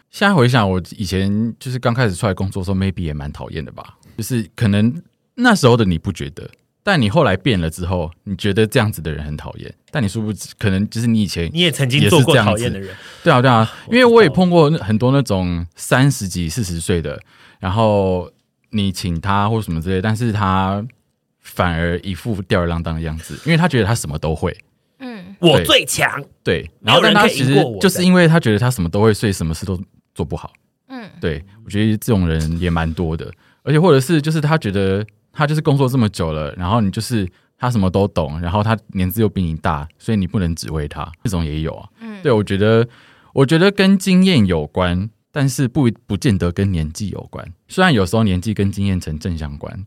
Speaker 3: 现在回想，我以前就是刚开始出来工作的时候，maybe 也蛮讨厌的吧。就是可能那时候的你不觉得，但你后来变了之后，你觉得这样子的人很讨厌。但你殊不知，可能就是你以前
Speaker 1: 你也曾经
Speaker 3: 也是
Speaker 1: 做过
Speaker 3: 这样
Speaker 1: 讨厌
Speaker 3: 子
Speaker 1: 的人，
Speaker 3: 对啊，对啊，
Speaker 1: 我
Speaker 3: 因为我也
Speaker 1: 知道
Speaker 3: 碰过很多那种三十几、四十岁的，然后你请他或什么之类，但是他反而一副吊儿郎当的样子，因为他觉得他什么都会。
Speaker 2: 嗯，
Speaker 1: 我
Speaker 3: 对
Speaker 1: 最强。
Speaker 3: 对，
Speaker 1: 没
Speaker 3: 然
Speaker 1: 有
Speaker 3: 后
Speaker 1: 人
Speaker 3: 但他
Speaker 1: 可以
Speaker 3: 其
Speaker 1: 赢
Speaker 3: 实
Speaker 1: 过我
Speaker 3: 就是
Speaker 1: 的
Speaker 3: 因为他觉得他什么都会，所以什么事都做不好。
Speaker 2: 嗯，
Speaker 3: 对我觉得这种人也蛮多的，而且或者是就是他觉得他就是工作这么久了，然后你就是他什么都懂，然后他年纪又比你大，所以你不能指挥他，这种也有啊。
Speaker 2: 嗯
Speaker 3: 对我觉得我觉得跟经验有关，但是不不见得跟年纪有关。虽然有时候年纪跟经验成正相关，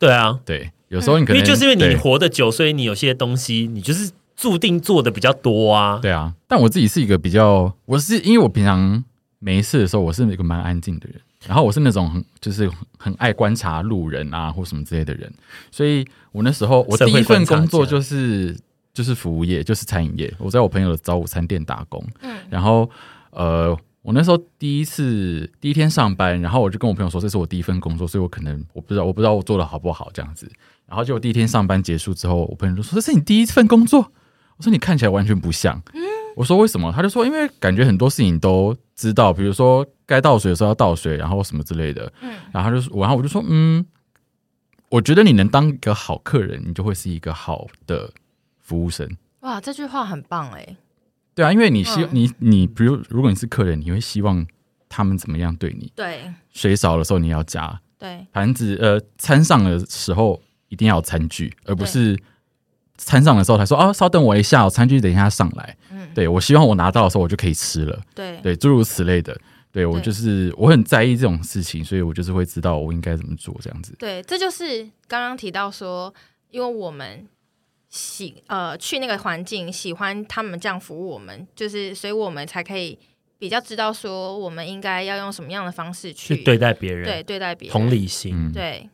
Speaker 1: 对啊，
Speaker 3: 对，有时候你可
Speaker 1: 因
Speaker 3: 能、
Speaker 1: 为就是因为你
Speaker 3: 对
Speaker 1: 活得久，所以你有些东西你就是注定做的比较多啊。
Speaker 3: 对啊，但我自己是一个比较，我是因为我平常没事的时候，我是一个蛮安静的人，然后我是那种很就是很爱观察路人啊或什么之类的人，所以我那时候我
Speaker 1: 社
Speaker 3: 第
Speaker 1: 会
Speaker 3: 一份工作
Speaker 1: 观察家
Speaker 3: 就是就是服务业，就是餐饮业，我在我朋友的早午餐店打工，
Speaker 2: 嗯
Speaker 3: 然后呃。我那时候第一次第一天上班，然后我就跟我朋友说，这是我第一份工作，所以我可能我不知道我不知道我做的好不好这样子。然后结果第一天上班结束之后，我朋友就说：“这是你第一份工作？” 我说：“你看起来完全不像。”我说为什么？他就说因为感觉很多事情都知道，比如说该倒水的时候要倒水，然后什么之类的。
Speaker 2: 嗯
Speaker 3: 然后他就说，然后我就说，嗯，我觉得你能当一个好客人，你就会是一个好的服务生。
Speaker 2: 哇，这句话很棒哎、
Speaker 3: 对啊，因为你希、
Speaker 2: 嗯
Speaker 3: 你你，比如如果你是客人，你会希望他们怎么样对你？
Speaker 2: 对
Speaker 3: 水少的时候你要加，
Speaker 2: 对，
Speaker 3: 盘子呃餐上的时候一定要有餐具，而不是餐上的时候才说哦，稍等我一下，我餐具等一下上来。
Speaker 2: 嗯，
Speaker 3: 对我希望我拿到的时候我就可以吃了，
Speaker 2: 对
Speaker 3: 对，诸如此类的。对我
Speaker 2: 对
Speaker 3: 就是我很在意这种事情，所以我就是会知道我应该怎么做这样子。
Speaker 2: 对，这就是刚刚提到说，因为我们喜呃去那个环境，喜欢他们这样服务我们，就是所以我们才可以比较知道说我们应该要用什么样的方式
Speaker 1: 去
Speaker 2: 去
Speaker 1: 对待别
Speaker 2: 对
Speaker 1: 人，
Speaker 2: 对待别人，
Speaker 1: 同理心，
Speaker 3: 嗯，
Speaker 2: 对，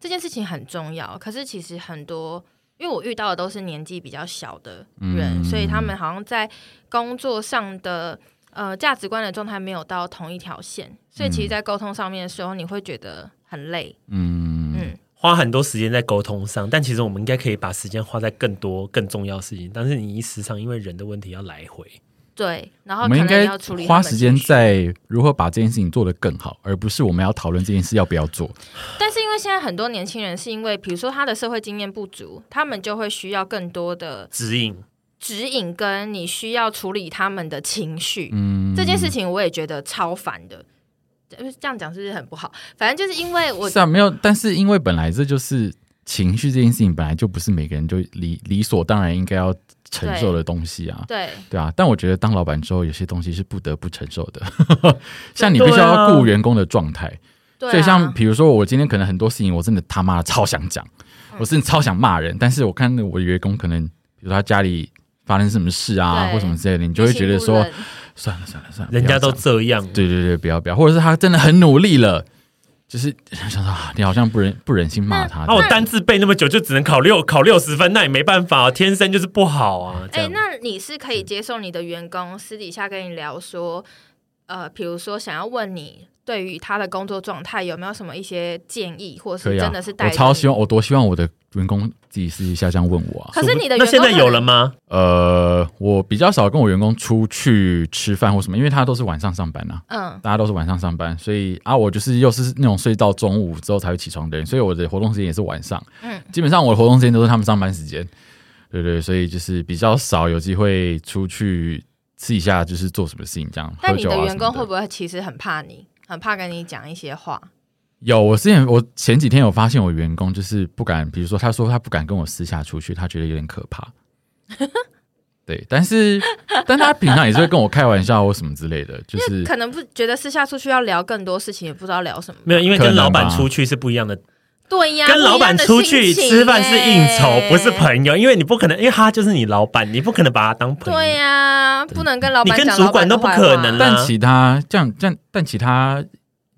Speaker 2: 这件事情很重要。可是其实很多，因为我遇到的都是年纪比较小的人，
Speaker 3: 嗯
Speaker 2: 所以他们好像在工作上的呃价值观的状态没有到同一条线，所
Speaker 1: 嗯
Speaker 2: 以其实，在沟通上面的时候，你会觉得很累。
Speaker 3: 嗯
Speaker 2: 嗯，
Speaker 1: 花很多时间在沟通上，但其实我们应该可以把时间花在更多更重要的事情。但是你时常因为人的问题要来回，
Speaker 2: 对，然后
Speaker 3: 我
Speaker 2: 哦可
Speaker 3: 们应
Speaker 2: 能
Speaker 3: 该
Speaker 2: 要处理他
Speaker 3: 花
Speaker 2: 们的
Speaker 3: 时间
Speaker 2: 情绪。
Speaker 3: 在如何把这件事情做得更好，而不是我们要讨论这件事要不要做。
Speaker 2: 但是因为现在很多年轻人是因为，比如说他的社会经验不足，他们就会需要更多的
Speaker 1: 指引
Speaker 2: 指引，跟你需要处理他们的情绪。
Speaker 3: 嗯，
Speaker 2: 这件事情我也觉得超烦的。呃这样讲是不是很不好？反正就是因为我
Speaker 3: 是啊，没有，但是因为本来这就是情绪这件事情，本来就不是每个人就理理所当然应该要承受的东西啊。
Speaker 2: 对
Speaker 3: 对啊，但我觉得当老板之后，有些东西是不得不承受的， 像你必须要
Speaker 2: 啊
Speaker 3: 顾员工的状态。
Speaker 2: 对、啊，
Speaker 3: 所以像比如说，我今天可能很多事情，我真的他妈的超想讲，我真的超想骂人，但是我看我员工可能，比如他家里发生什么事啊，
Speaker 2: 对
Speaker 3: 或什么之类的，你就会觉得
Speaker 2: 一
Speaker 3: 说
Speaker 2: 心，不忍
Speaker 3: 算了算了啊算了，
Speaker 1: 人
Speaker 3: 不要
Speaker 1: 家都
Speaker 3: 讲
Speaker 1: 这样，
Speaker 3: 对对对，不要不要，或者是他真的很努力了，就是想说啊，你好像不忍不忍心骂他
Speaker 1: 啊，，我单字背那么久，就只能考六考六十分，那也没办法、啊，天生就是不好啊。这
Speaker 2: 哎、
Speaker 1: 样，
Speaker 2: 那你是可以接受你的员工私底下跟你聊说，呃，比如说想要问你对于他的工作状态有没有什么一些建议，或
Speaker 3: 可
Speaker 2: 是
Speaker 3: 以啊
Speaker 2: 真的是，带
Speaker 3: 我
Speaker 2: 着
Speaker 3: 超希
Speaker 2: 你
Speaker 3: 望，我多希望我的员工自己私底下这样问我啊。
Speaker 2: 可是你的
Speaker 1: 那
Speaker 2: 员工
Speaker 1: 现在
Speaker 2: 可
Speaker 1: 有
Speaker 2: 能
Speaker 1: 了吗？
Speaker 3: 呃，我比较少跟我员工出去吃饭或什么，因为他都是晚上上班啊，
Speaker 2: 嗯，
Speaker 3: 大家都是晚上上班，所以啊，我就是又是那种睡到中午之后才会起床的人，所以我的活动时间也是晚上。
Speaker 2: 嗯
Speaker 3: 嗯，基本上我的活动时间都是他们上班时间。对对，所以就是比较少有机会出去私底下就是做什么事情这样。
Speaker 2: 但
Speaker 3: 喝
Speaker 2: 你
Speaker 3: 酒啊
Speaker 2: 的
Speaker 3: 什
Speaker 2: 员
Speaker 3: 么
Speaker 2: 工会不会其实很怕你，很怕跟你讲一些话？
Speaker 3: 有，我之前我前几天有发现，我员工就是不敢，比如说他说他不敢跟我私下出去，他觉得有点 可怕。对，但是但他平常也是会跟我开玩笑或什么之类的，就是
Speaker 2: 可能不觉得私下出去要聊更多事情，也不知道聊什么。
Speaker 1: 没有，因为跟
Speaker 3: 可能吧
Speaker 1: 老板出去是不一样的。
Speaker 2: 对呀、
Speaker 1: 跟老板出去吃饭是应酬，不是
Speaker 2: 友。
Speaker 1: 朋友，因为你不可能，因为他就是你老板，你不可能把他当朋友。
Speaker 2: 对呀、不能跟老板
Speaker 1: 你跟
Speaker 2: 讲
Speaker 1: 主
Speaker 2: 老板
Speaker 1: 管
Speaker 2: 的
Speaker 1: 都不
Speaker 2: 坏
Speaker 1: 可
Speaker 2: 话
Speaker 1: 能了
Speaker 3: 但其他这样这样，但其他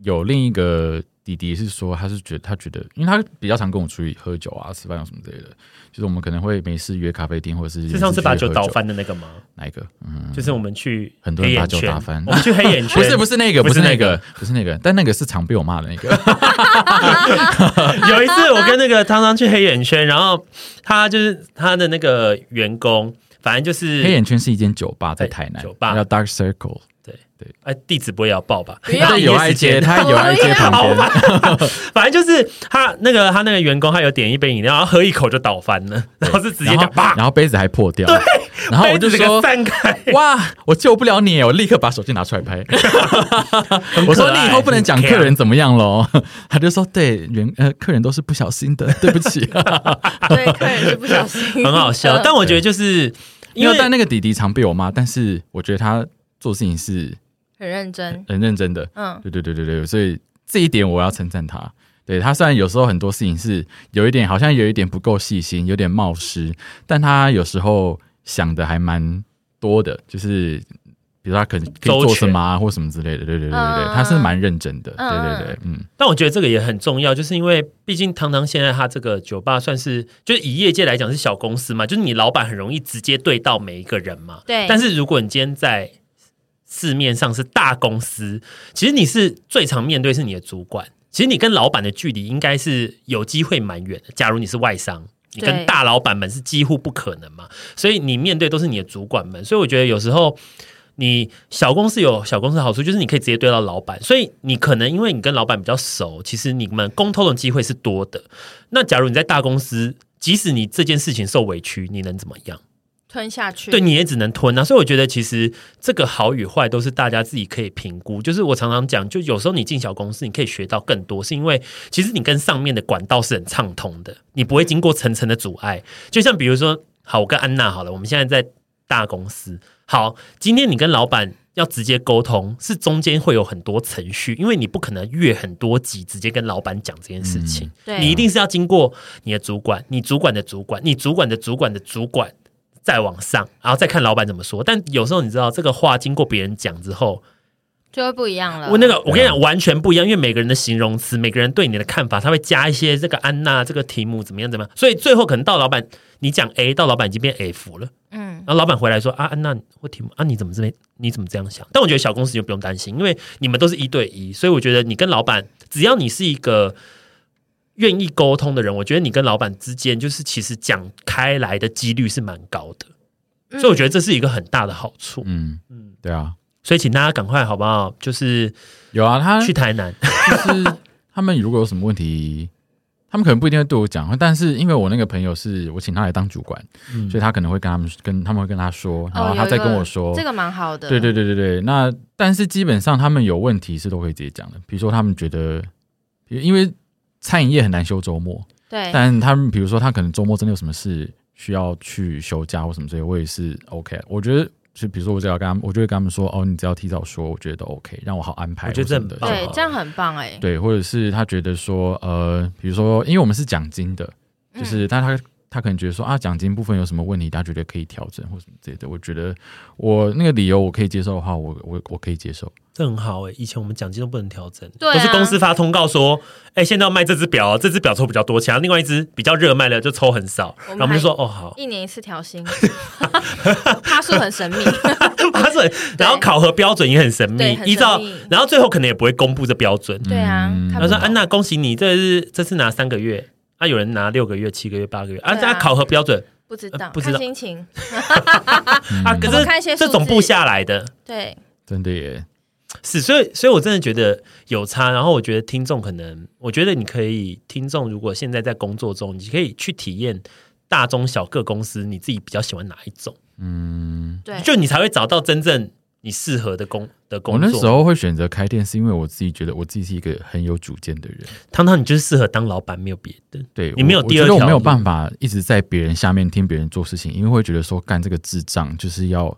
Speaker 3: 有另一个弟弟是说，他是觉得他觉得，因为他比较常跟我出去喝酒啊、吃饭啊什么之类的，就是我们可能会没事约咖啡厅，或者是
Speaker 1: 是上次把
Speaker 3: 没事
Speaker 1: 酒
Speaker 3: 去喝
Speaker 1: 倒翻的那个吗？
Speaker 3: 哪一个？嗯，
Speaker 1: 就是我们去
Speaker 3: 很多
Speaker 1: 黑
Speaker 3: 人把
Speaker 1: 眼
Speaker 3: 酒
Speaker 1: 圈
Speaker 3: 打翻，
Speaker 1: 我们去黑眼圈，
Speaker 3: 不是不是那 个，
Speaker 1: 不
Speaker 3: 不
Speaker 1: 是
Speaker 3: 是
Speaker 1: 那
Speaker 3: 那
Speaker 1: 个
Speaker 3: 个，不是那个，但那个是常被我骂的那个。
Speaker 1: 有一次我跟那个汤汤去黑眼圈，然后他就是他的那个员工，反正就是
Speaker 3: 黑眼圈是一间酒吧，在
Speaker 1: 哎
Speaker 3: 台南，
Speaker 1: 酒吧
Speaker 3: 叫 Dark Circle，
Speaker 1: 哎，地址不会要报吧？
Speaker 2: 不要
Speaker 1: 然后
Speaker 3: 在
Speaker 1: 营业
Speaker 3: 友爱
Speaker 1: 时间
Speaker 3: 街，它在友爱街 旁
Speaker 1: 好
Speaker 3: 边。
Speaker 1: 烦， 反正就是他那个他那个员工，他有点一杯饮料，然后喝一口就倒翻了，然后是直接
Speaker 3: 然
Speaker 1: 就
Speaker 3: 后
Speaker 1: 啪，
Speaker 3: 然后杯子还破掉，对，然后我就
Speaker 1: 杯子整个
Speaker 3: 说
Speaker 1: 散开，
Speaker 3: 哇，我救不了你，我立刻把手机拿出来拍。我说你以后不能讲客人怎么样喽。他就说对，人呃客人都是不小心的，对不起。啊
Speaker 2: 对，客人是不小 心，
Speaker 1: 很好 笑。但我觉得就是因
Speaker 3: 嗯因为
Speaker 1: 为
Speaker 3: 但那个弟弟常被我骂，但是我觉得他做事情是
Speaker 2: 很认真。
Speaker 3: 很认真的，
Speaker 2: 嗯，
Speaker 3: 对对对对对，所以这一点我要称赞他。对他虽然有时候很多事情是有一点好像有一点不够细心，有点冒失，但他有时候想的还蛮多的，就是比如他可能可以
Speaker 1: 周
Speaker 3: 做
Speaker 1: 全
Speaker 3: 什么啊或什么之类的。对对对对对，
Speaker 2: 嗯
Speaker 3: 他是蛮认真的。
Speaker 2: 嗯
Speaker 3: 对对对，嗯，
Speaker 1: 但我觉得这个也很重要，就是因为毕竟堂堂现在他这个酒吧算是就是以业界来讲是小公司嘛，就是你老板很容易直接对到每一个人嘛。
Speaker 2: 对
Speaker 1: 但是如果你今天在市面上是大公司，其实你是最常面对是你的主管，其实你跟老板的距离应该是有机会蛮远的。假如你是外商。你跟
Speaker 2: 对
Speaker 1: 大老板们是几乎不可能嘛，所以你面对都是你的主管们，所以我觉得有时候你小公司有小公司的好处，就是你可以直接对到老板，所以你可能因为你跟老板比较熟，其实你们沟通的机会是多的。那假如你在大公司，即使你这件事情受委屈，你能怎么样？
Speaker 2: 吞下去。
Speaker 1: 对，你也只能吞啊。所以我觉得其实这个好与坏都是大家自己可以评估。就是我常常讲，就有时候你进小公司，你可以学到更多，是因为其实你跟上面的管道是很畅通的，你不会经过层层的阻碍。就像比如说，好，我跟安娜好了，我们现在在大公司，好，今天你跟老板。要直接沟通，是中间会有很多程序，因为你不可能越很多集直接跟老板讲这件事情，
Speaker 2: 对啊
Speaker 1: 你一定是要经过你的主管、你主管的主管、你主管的主管的主管，再往上，然后再看老板怎么说。但有时候你知道，这个话经过别人讲之后，
Speaker 2: 就会不一样了。
Speaker 1: 我那个我跟你讲完全不一样，因为每个人的形容词、每个人对你的看法，他会加一些这个安娜这个题目怎么样怎么样，所以最后可能到老板你讲 A，到老板已经变 F 了。
Speaker 2: 嗯，
Speaker 1: 然后老板回来说啊，安娜或题目啊，你怎么这边你怎么这样想？但我觉得小公司就不用担心，因为你们都是一对一，所以我觉得你跟老板，只要你是一个愿意沟通的人，我觉得你跟老板之间就是其实讲开来的几率是蛮高的，
Speaker 2: 嗯
Speaker 1: 所以我觉得这是一个很大的好处。
Speaker 3: 嗯
Speaker 1: 嗯，
Speaker 3: 对啊，
Speaker 1: 所以请大家赶快好不好？就是
Speaker 3: 有啊，他
Speaker 1: 去台南，
Speaker 3: 就是他们如果有什么问题，他们可能不一定会对我讲，但是因为我那个朋友是我请他来当主管，
Speaker 1: 嗯
Speaker 3: 所以他可能会跟他们跟他们会跟他说，然后他再跟我说。
Speaker 2: 哦这个蛮好的。
Speaker 3: 对对对对对，那但是基本上他们有问题是都可以直接讲的，比如说他们觉得，比如因为餐饮业很难休周末，
Speaker 2: 对
Speaker 3: 但他们比如说他可能周末真的有什么事需要去休假或什么之类，我也是 OK。我觉得就比如说我只要跟他们，我就会跟他们说，哦，你只要提早说，我觉得都 OK，让我好安排
Speaker 1: 我
Speaker 3: 或
Speaker 1: 觉得这
Speaker 3: 什
Speaker 1: 很
Speaker 3: 么的就
Speaker 1: 棒
Speaker 3: 好了。
Speaker 2: 对，这样很棒哎。
Speaker 3: 对，或者是他觉得说，呃，比如说，因为我们是奖金的，
Speaker 1: 嗯
Speaker 2: 嗯
Speaker 3: 就是，但他他可能觉得说啊，奖金部分有什么问题，他觉得可以调整或什么之类的。我觉得我那个理由我可以接受的话，我我我可以接受。
Speaker 1: 这很好欸诶、以前我们奖金都不能调整，
Speaker 2: 对啊
Speaker 1: 都是公司发通告说，哎、现在要卖这只表，这只表抽比较多钱，另外一只比较热卖的就抽很少，
Speaker 2: 我
Speaker 1: 然后我
Speaker 2: 们
Speaker 1: 们就
Speaker 2: 还
Speaker 1: 说哦好，
Speaker 2: 一年一次调薪，趴数很神秘。
Speaker 1: 他是很，然后考核标准也很神
Speaker 2: 对
Speaker 1: 秘，
Speaker 2: 很
Speaker 1: 依照
Speaker 2: 神秘，
Speaker 1: 然后最后可能也不会公布这标准。
Speaker 2: 对啊，
Speaker 3: 嗯
Speaker 2: 他
Speaker 1: 他
Speaker 2: 们
Speaker 1: 说：“安娜，恭喜你，这是这次拿三个月，啊，有人拿六个月、七个月、八个月，啊，
Speaker 2: 对啊
Speaker 1: 大家考核标准
Speaker 2: 不知道，
Speaker 1: 呃不知道
Speaker 2: 看心情。
Speaker 1: 啊，
Speaker 2: 我
Speaker 1: 可
Speaker 2: 们
Speaker 1: 是
Speaker 2: 看一些数
Speaker 1: 这
Speaker 2: 字
Speaker 1: 总部下来的，
Speaker 2: 对，
Speaker 3: 嗯真的耶，
Speaker 1: 是，所以，所以我真的觉得有差。然后我觉得听众可能，我觉得你可以，听众如果现在在工作中，你可以去体验大中小各公司，你自己比较喜欢哪一种，
Speaker 3: 嗯，
Speaker 2: 对，
Speaker 1: 就你才会找到真正你适合的工的
Speaker 3: 我
Speaker 1: 工
Speaker 3: 那时
Speaker 1: 作。
Speaker 3: 候会选择开店，是因为我自己觉得我自己是一个很有主见的人。
Speaker 1: 汤汤，你就是适合当老板，没有别的。
Speaker 3: 对，
Speaker 1: 你没有
Speaker 3: 我
Speaker 1: 第二
Speaker 3: 我觉得
Speaker 1: 条
Speaker 3: 我没有
Speaker 1: 路
Speaker 3: 办法一直在别人下面听别人做事情，因为会觉得说干这个智障就是要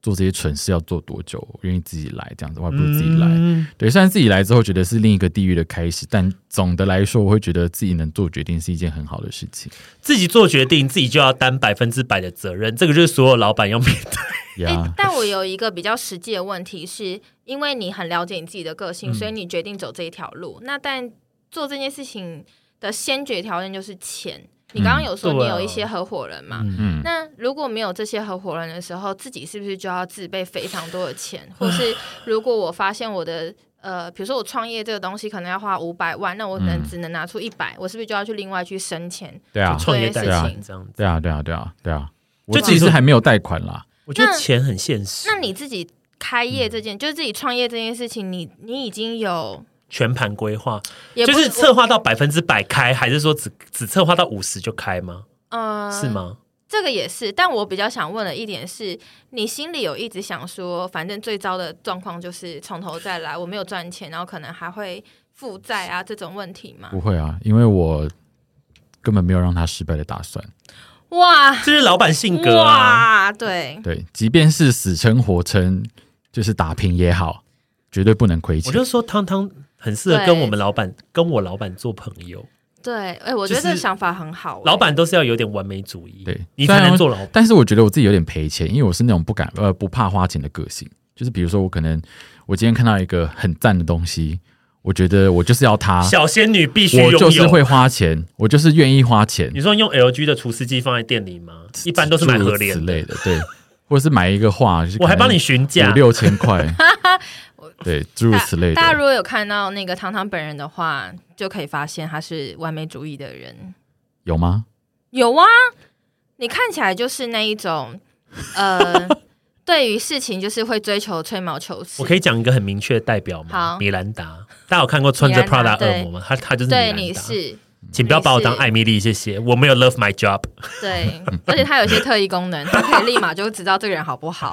Speaker 3: 做这些蠢事要做多久，我愿意自己来这样子，我还不如自己来。
Speaker 1: 嗯
Speaker 3: 对，虽然自己来之后觉得是另一个地狱的开始，但总的来说，我会觉得自己能做决定是一件很好的事情。
Speaker 1: 自己做决定，自己就要担百分之百的责任，这个就是所有老板要面对。
Speaker 3: 呀、
Speaker 2: 哎、
Speaker 1: 啊
Speaker 2: 但我有一个比较实际的问题是，因为你很了解你自己的个
Speaker 1: 嗯
Speaker 2: 性，所以你决定走这一条路。那但做这件事情的先决条件就是钱。你刚刚有说
Speaker 1: 嗯
Speaker 2: 你
Speaker 1: 对啊
Speaker 2: 有一些合伙人嘛？
Speaker 3: 嗯
Speaker 2: 那如果没有这些合伙人的时候，自己是不是就要自备非常多的钱？或 是如果我发现我的呃，比如说我创业这个东西可能要花五百万，那我可能
Speaker 3: 嗯
Speaker 2: 只能拿出一百、我是不是就要去另外去生钱？
Speaker 3: 对啊
Speaker 1: 就，创业贷
Speaker 3: 对啊
Speaker 1: 款这样子，
Speaker 3: 对啊，对啊，对啊，对啊，我
Speaker 1: 就
Speaker 3: 自己
Speaker 1: 其
Speaker 3: 是
Speaker 1: 实
Speaker 3: 还没有贷款啦。
Speaker 1: 我觉得
Speaker 2: 那
Speaker 1: 钱很现实。
Speaker 2: 那你自己开
Speaker 3: 嗯
Speaker 2: 业这件，就是自己创业这件事情，你你已经有。
Speaker 1: 全盘规划
Speaker 2: 也不
Speaker 1: 就是
Speaker 2: 我
Speaker 1: 策划到百分之百开，还是说只只策划到五十就开吗？
Speaker 2: 呃，
Speaker 1: 是？吗？
Speaker 2: 这个也是，但我比较想问的一点是，你心里有一直想说，反正最糟的状况就是从头再来，我没有赚钱，然后可能还会负债啊这种问题吗
Speaker 3: 不？会啊，因为我根本没有让他失败的打算。
Speaker 2: 哇
Speaker 1: 这是老板性格啊！
Speaker 2: 哇，对，
Speaker 3: 对，即便是死撑活撑，就是打拼也好，绝对不能亏
Speaker 1: 我
Speaker 3: 钱。
Speaker 1: 就说汤汤很适合
Speaker 2: 对
Speaker 1: 跟我们老板，跟我老板做朋友。
Speaker 2: 对，哎、我觉得这个想法很好、欸
Speaker 1: 老板都是要有点完美主义，
Speaker 3: 对
Speaker 1: 你才能做老板。
Speaker 3: 但是我觉得我自己有点赔钱，因为我是那种不敢呃不怕花钱的个性。就是比如说，我可能我今天看到一个很赞的东西，我觉得我就是要它，
Speaker 1: 小仙女必须拥
Speaker 3: 我
Speaker 1: 有。
Speaker 3: 就是会花钱，我就是愿意花钱
Speaker 1: 你，说用 LG 的除湿机放在店里吗？一般都是买
Speaker 3: 诸如
Speaker 1: 合
Speaker 3: 此
Speaker 1: 联的，
Speaker 3: 类的，对，或者是买一个画，就是
Speaker 1: 我还帮你
Speaker 3: 可
Speaker 1: 询
Speaker 3: 能
Speaker 1: 价
Speaker 3: 五。六千 块，对，诸如此类
Speaker 2: 大家
Speaker 3: 的
Speaker 2: 如。果有看到那个糖糖本人的话，就可以发现他是完美主义的人。
Speaker 3: 有吗？
Speaker 2: 有啊，你看起来就是那一种，呃， 对于事情就是会追求吹毛求疵。
Speaker 1: 我可以讲一个很明确的代表吗？
Speaker 2: 好
Speaker 1: 米兰达，大家有看过穿着
Speaker 2: 米兰达
Speaker 1: Prada 恶魔吗？他他就是
Speaker 2: 对
Speaker 1: 米
Speaker 2: 你
Speaker 1: 兰达。
Speaker 2: 是，
Speaker 1: 请不要把我当艾米丽，谢谢，我没有 love my job。
Speaker 2: 对， 而且他有一些特异功能，他可以立马就知道这个人好 不好。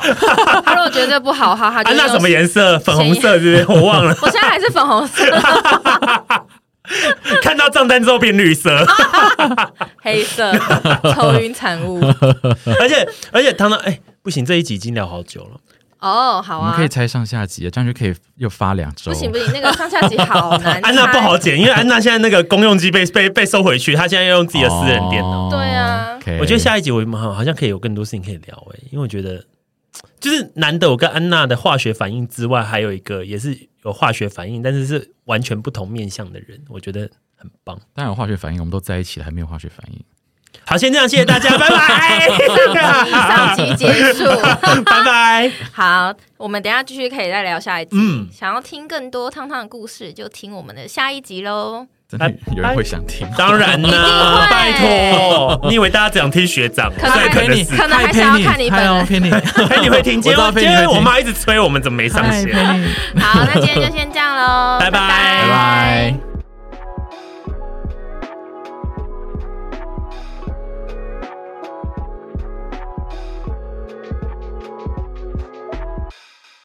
Speaker 2: 他如果觉得不好的话，他
Speaker 1: 啊，
Speaker 2: 就
Speaker 1: 那
Speaker 2: 用
Speaker 1: 什么颜色？粉红色是不是？我忘了，
Speaker 2: 我现在还是粉红色、
Speaker 1: 看到账单之后变绿色。
Speaker 2: 黑色、愁云惨雾。
Speaker 1: 而且而且他们哎、不行，这一集已经聊好久了。
Speaker 2: 哦，好
Speaker 3: 我们
Speaker 2: 啊
Speaker 3: 可，以拆上下集，这样就可以又发两周。
Speaker 2: 不行不行，那个上下集好 难，
Speaker 1: 安啊娜不好。剪，因为安娜现在那个公用机被被被收回去，她现在要用自己的私人电脑。
Speaker 3: 哦
Speaker 2: 对啊
Speaker 3: OK
Speaker 1: 我觉得下一集我们好好像可以有更多事情可以聊哎、因为我觉得就是难得我跟安娜的化学反应之外，还有一个也是有化学反应，但是是完全不同面向的人，我觉得很棒。
Speaker 3: 当然有化学反应，我们都在一起了，还没有化学反应。
Speaker 1: 好，先这样，谢谢大家，拜
Speaker 2: 上集
Speaker 1: 拜，
Speaker 2: 上集结 束，
Speaker 1: 拜拜。
Speaker 2: 好，我们等一下继续可以再聊下一集。
Speaker 1: 嗯
Speaker 2: 想要听更多汤汤的故事，就听我们的下一集喽。
Speaker 3: 真的
Speaker 1: 拜
Speaker 3: 有人会想听？
Speaker 1: 当然啦，拜
Speaker 2: 一定会
Speaker 1: 托，你以为大家只想听学长吗？
Speaker 2: 可能
Speaker 1: 对，
Speaker 2: 还
Speaker 1: 可能是。
Speaker 2: 可能还想要看你本人
Speaker 3: 嗨佩 妮，
Speaker 1: 陪你会听，今
Speaker 3: 我知道
Speaker 1: 天
Speaker 3: 佩
Speaker 1: 今
Speaker 3: 妮会
Speaker 1: 天
Speaker 3: 听
Speaker 1: 我妈一直催我们怎么没上
Speaker 3: 嗨
Speaker 1: 线。
Speaker 3: 佩妮。
Speaker 2: 好，那今天就先这样喽，
Speaker 1: 拜拜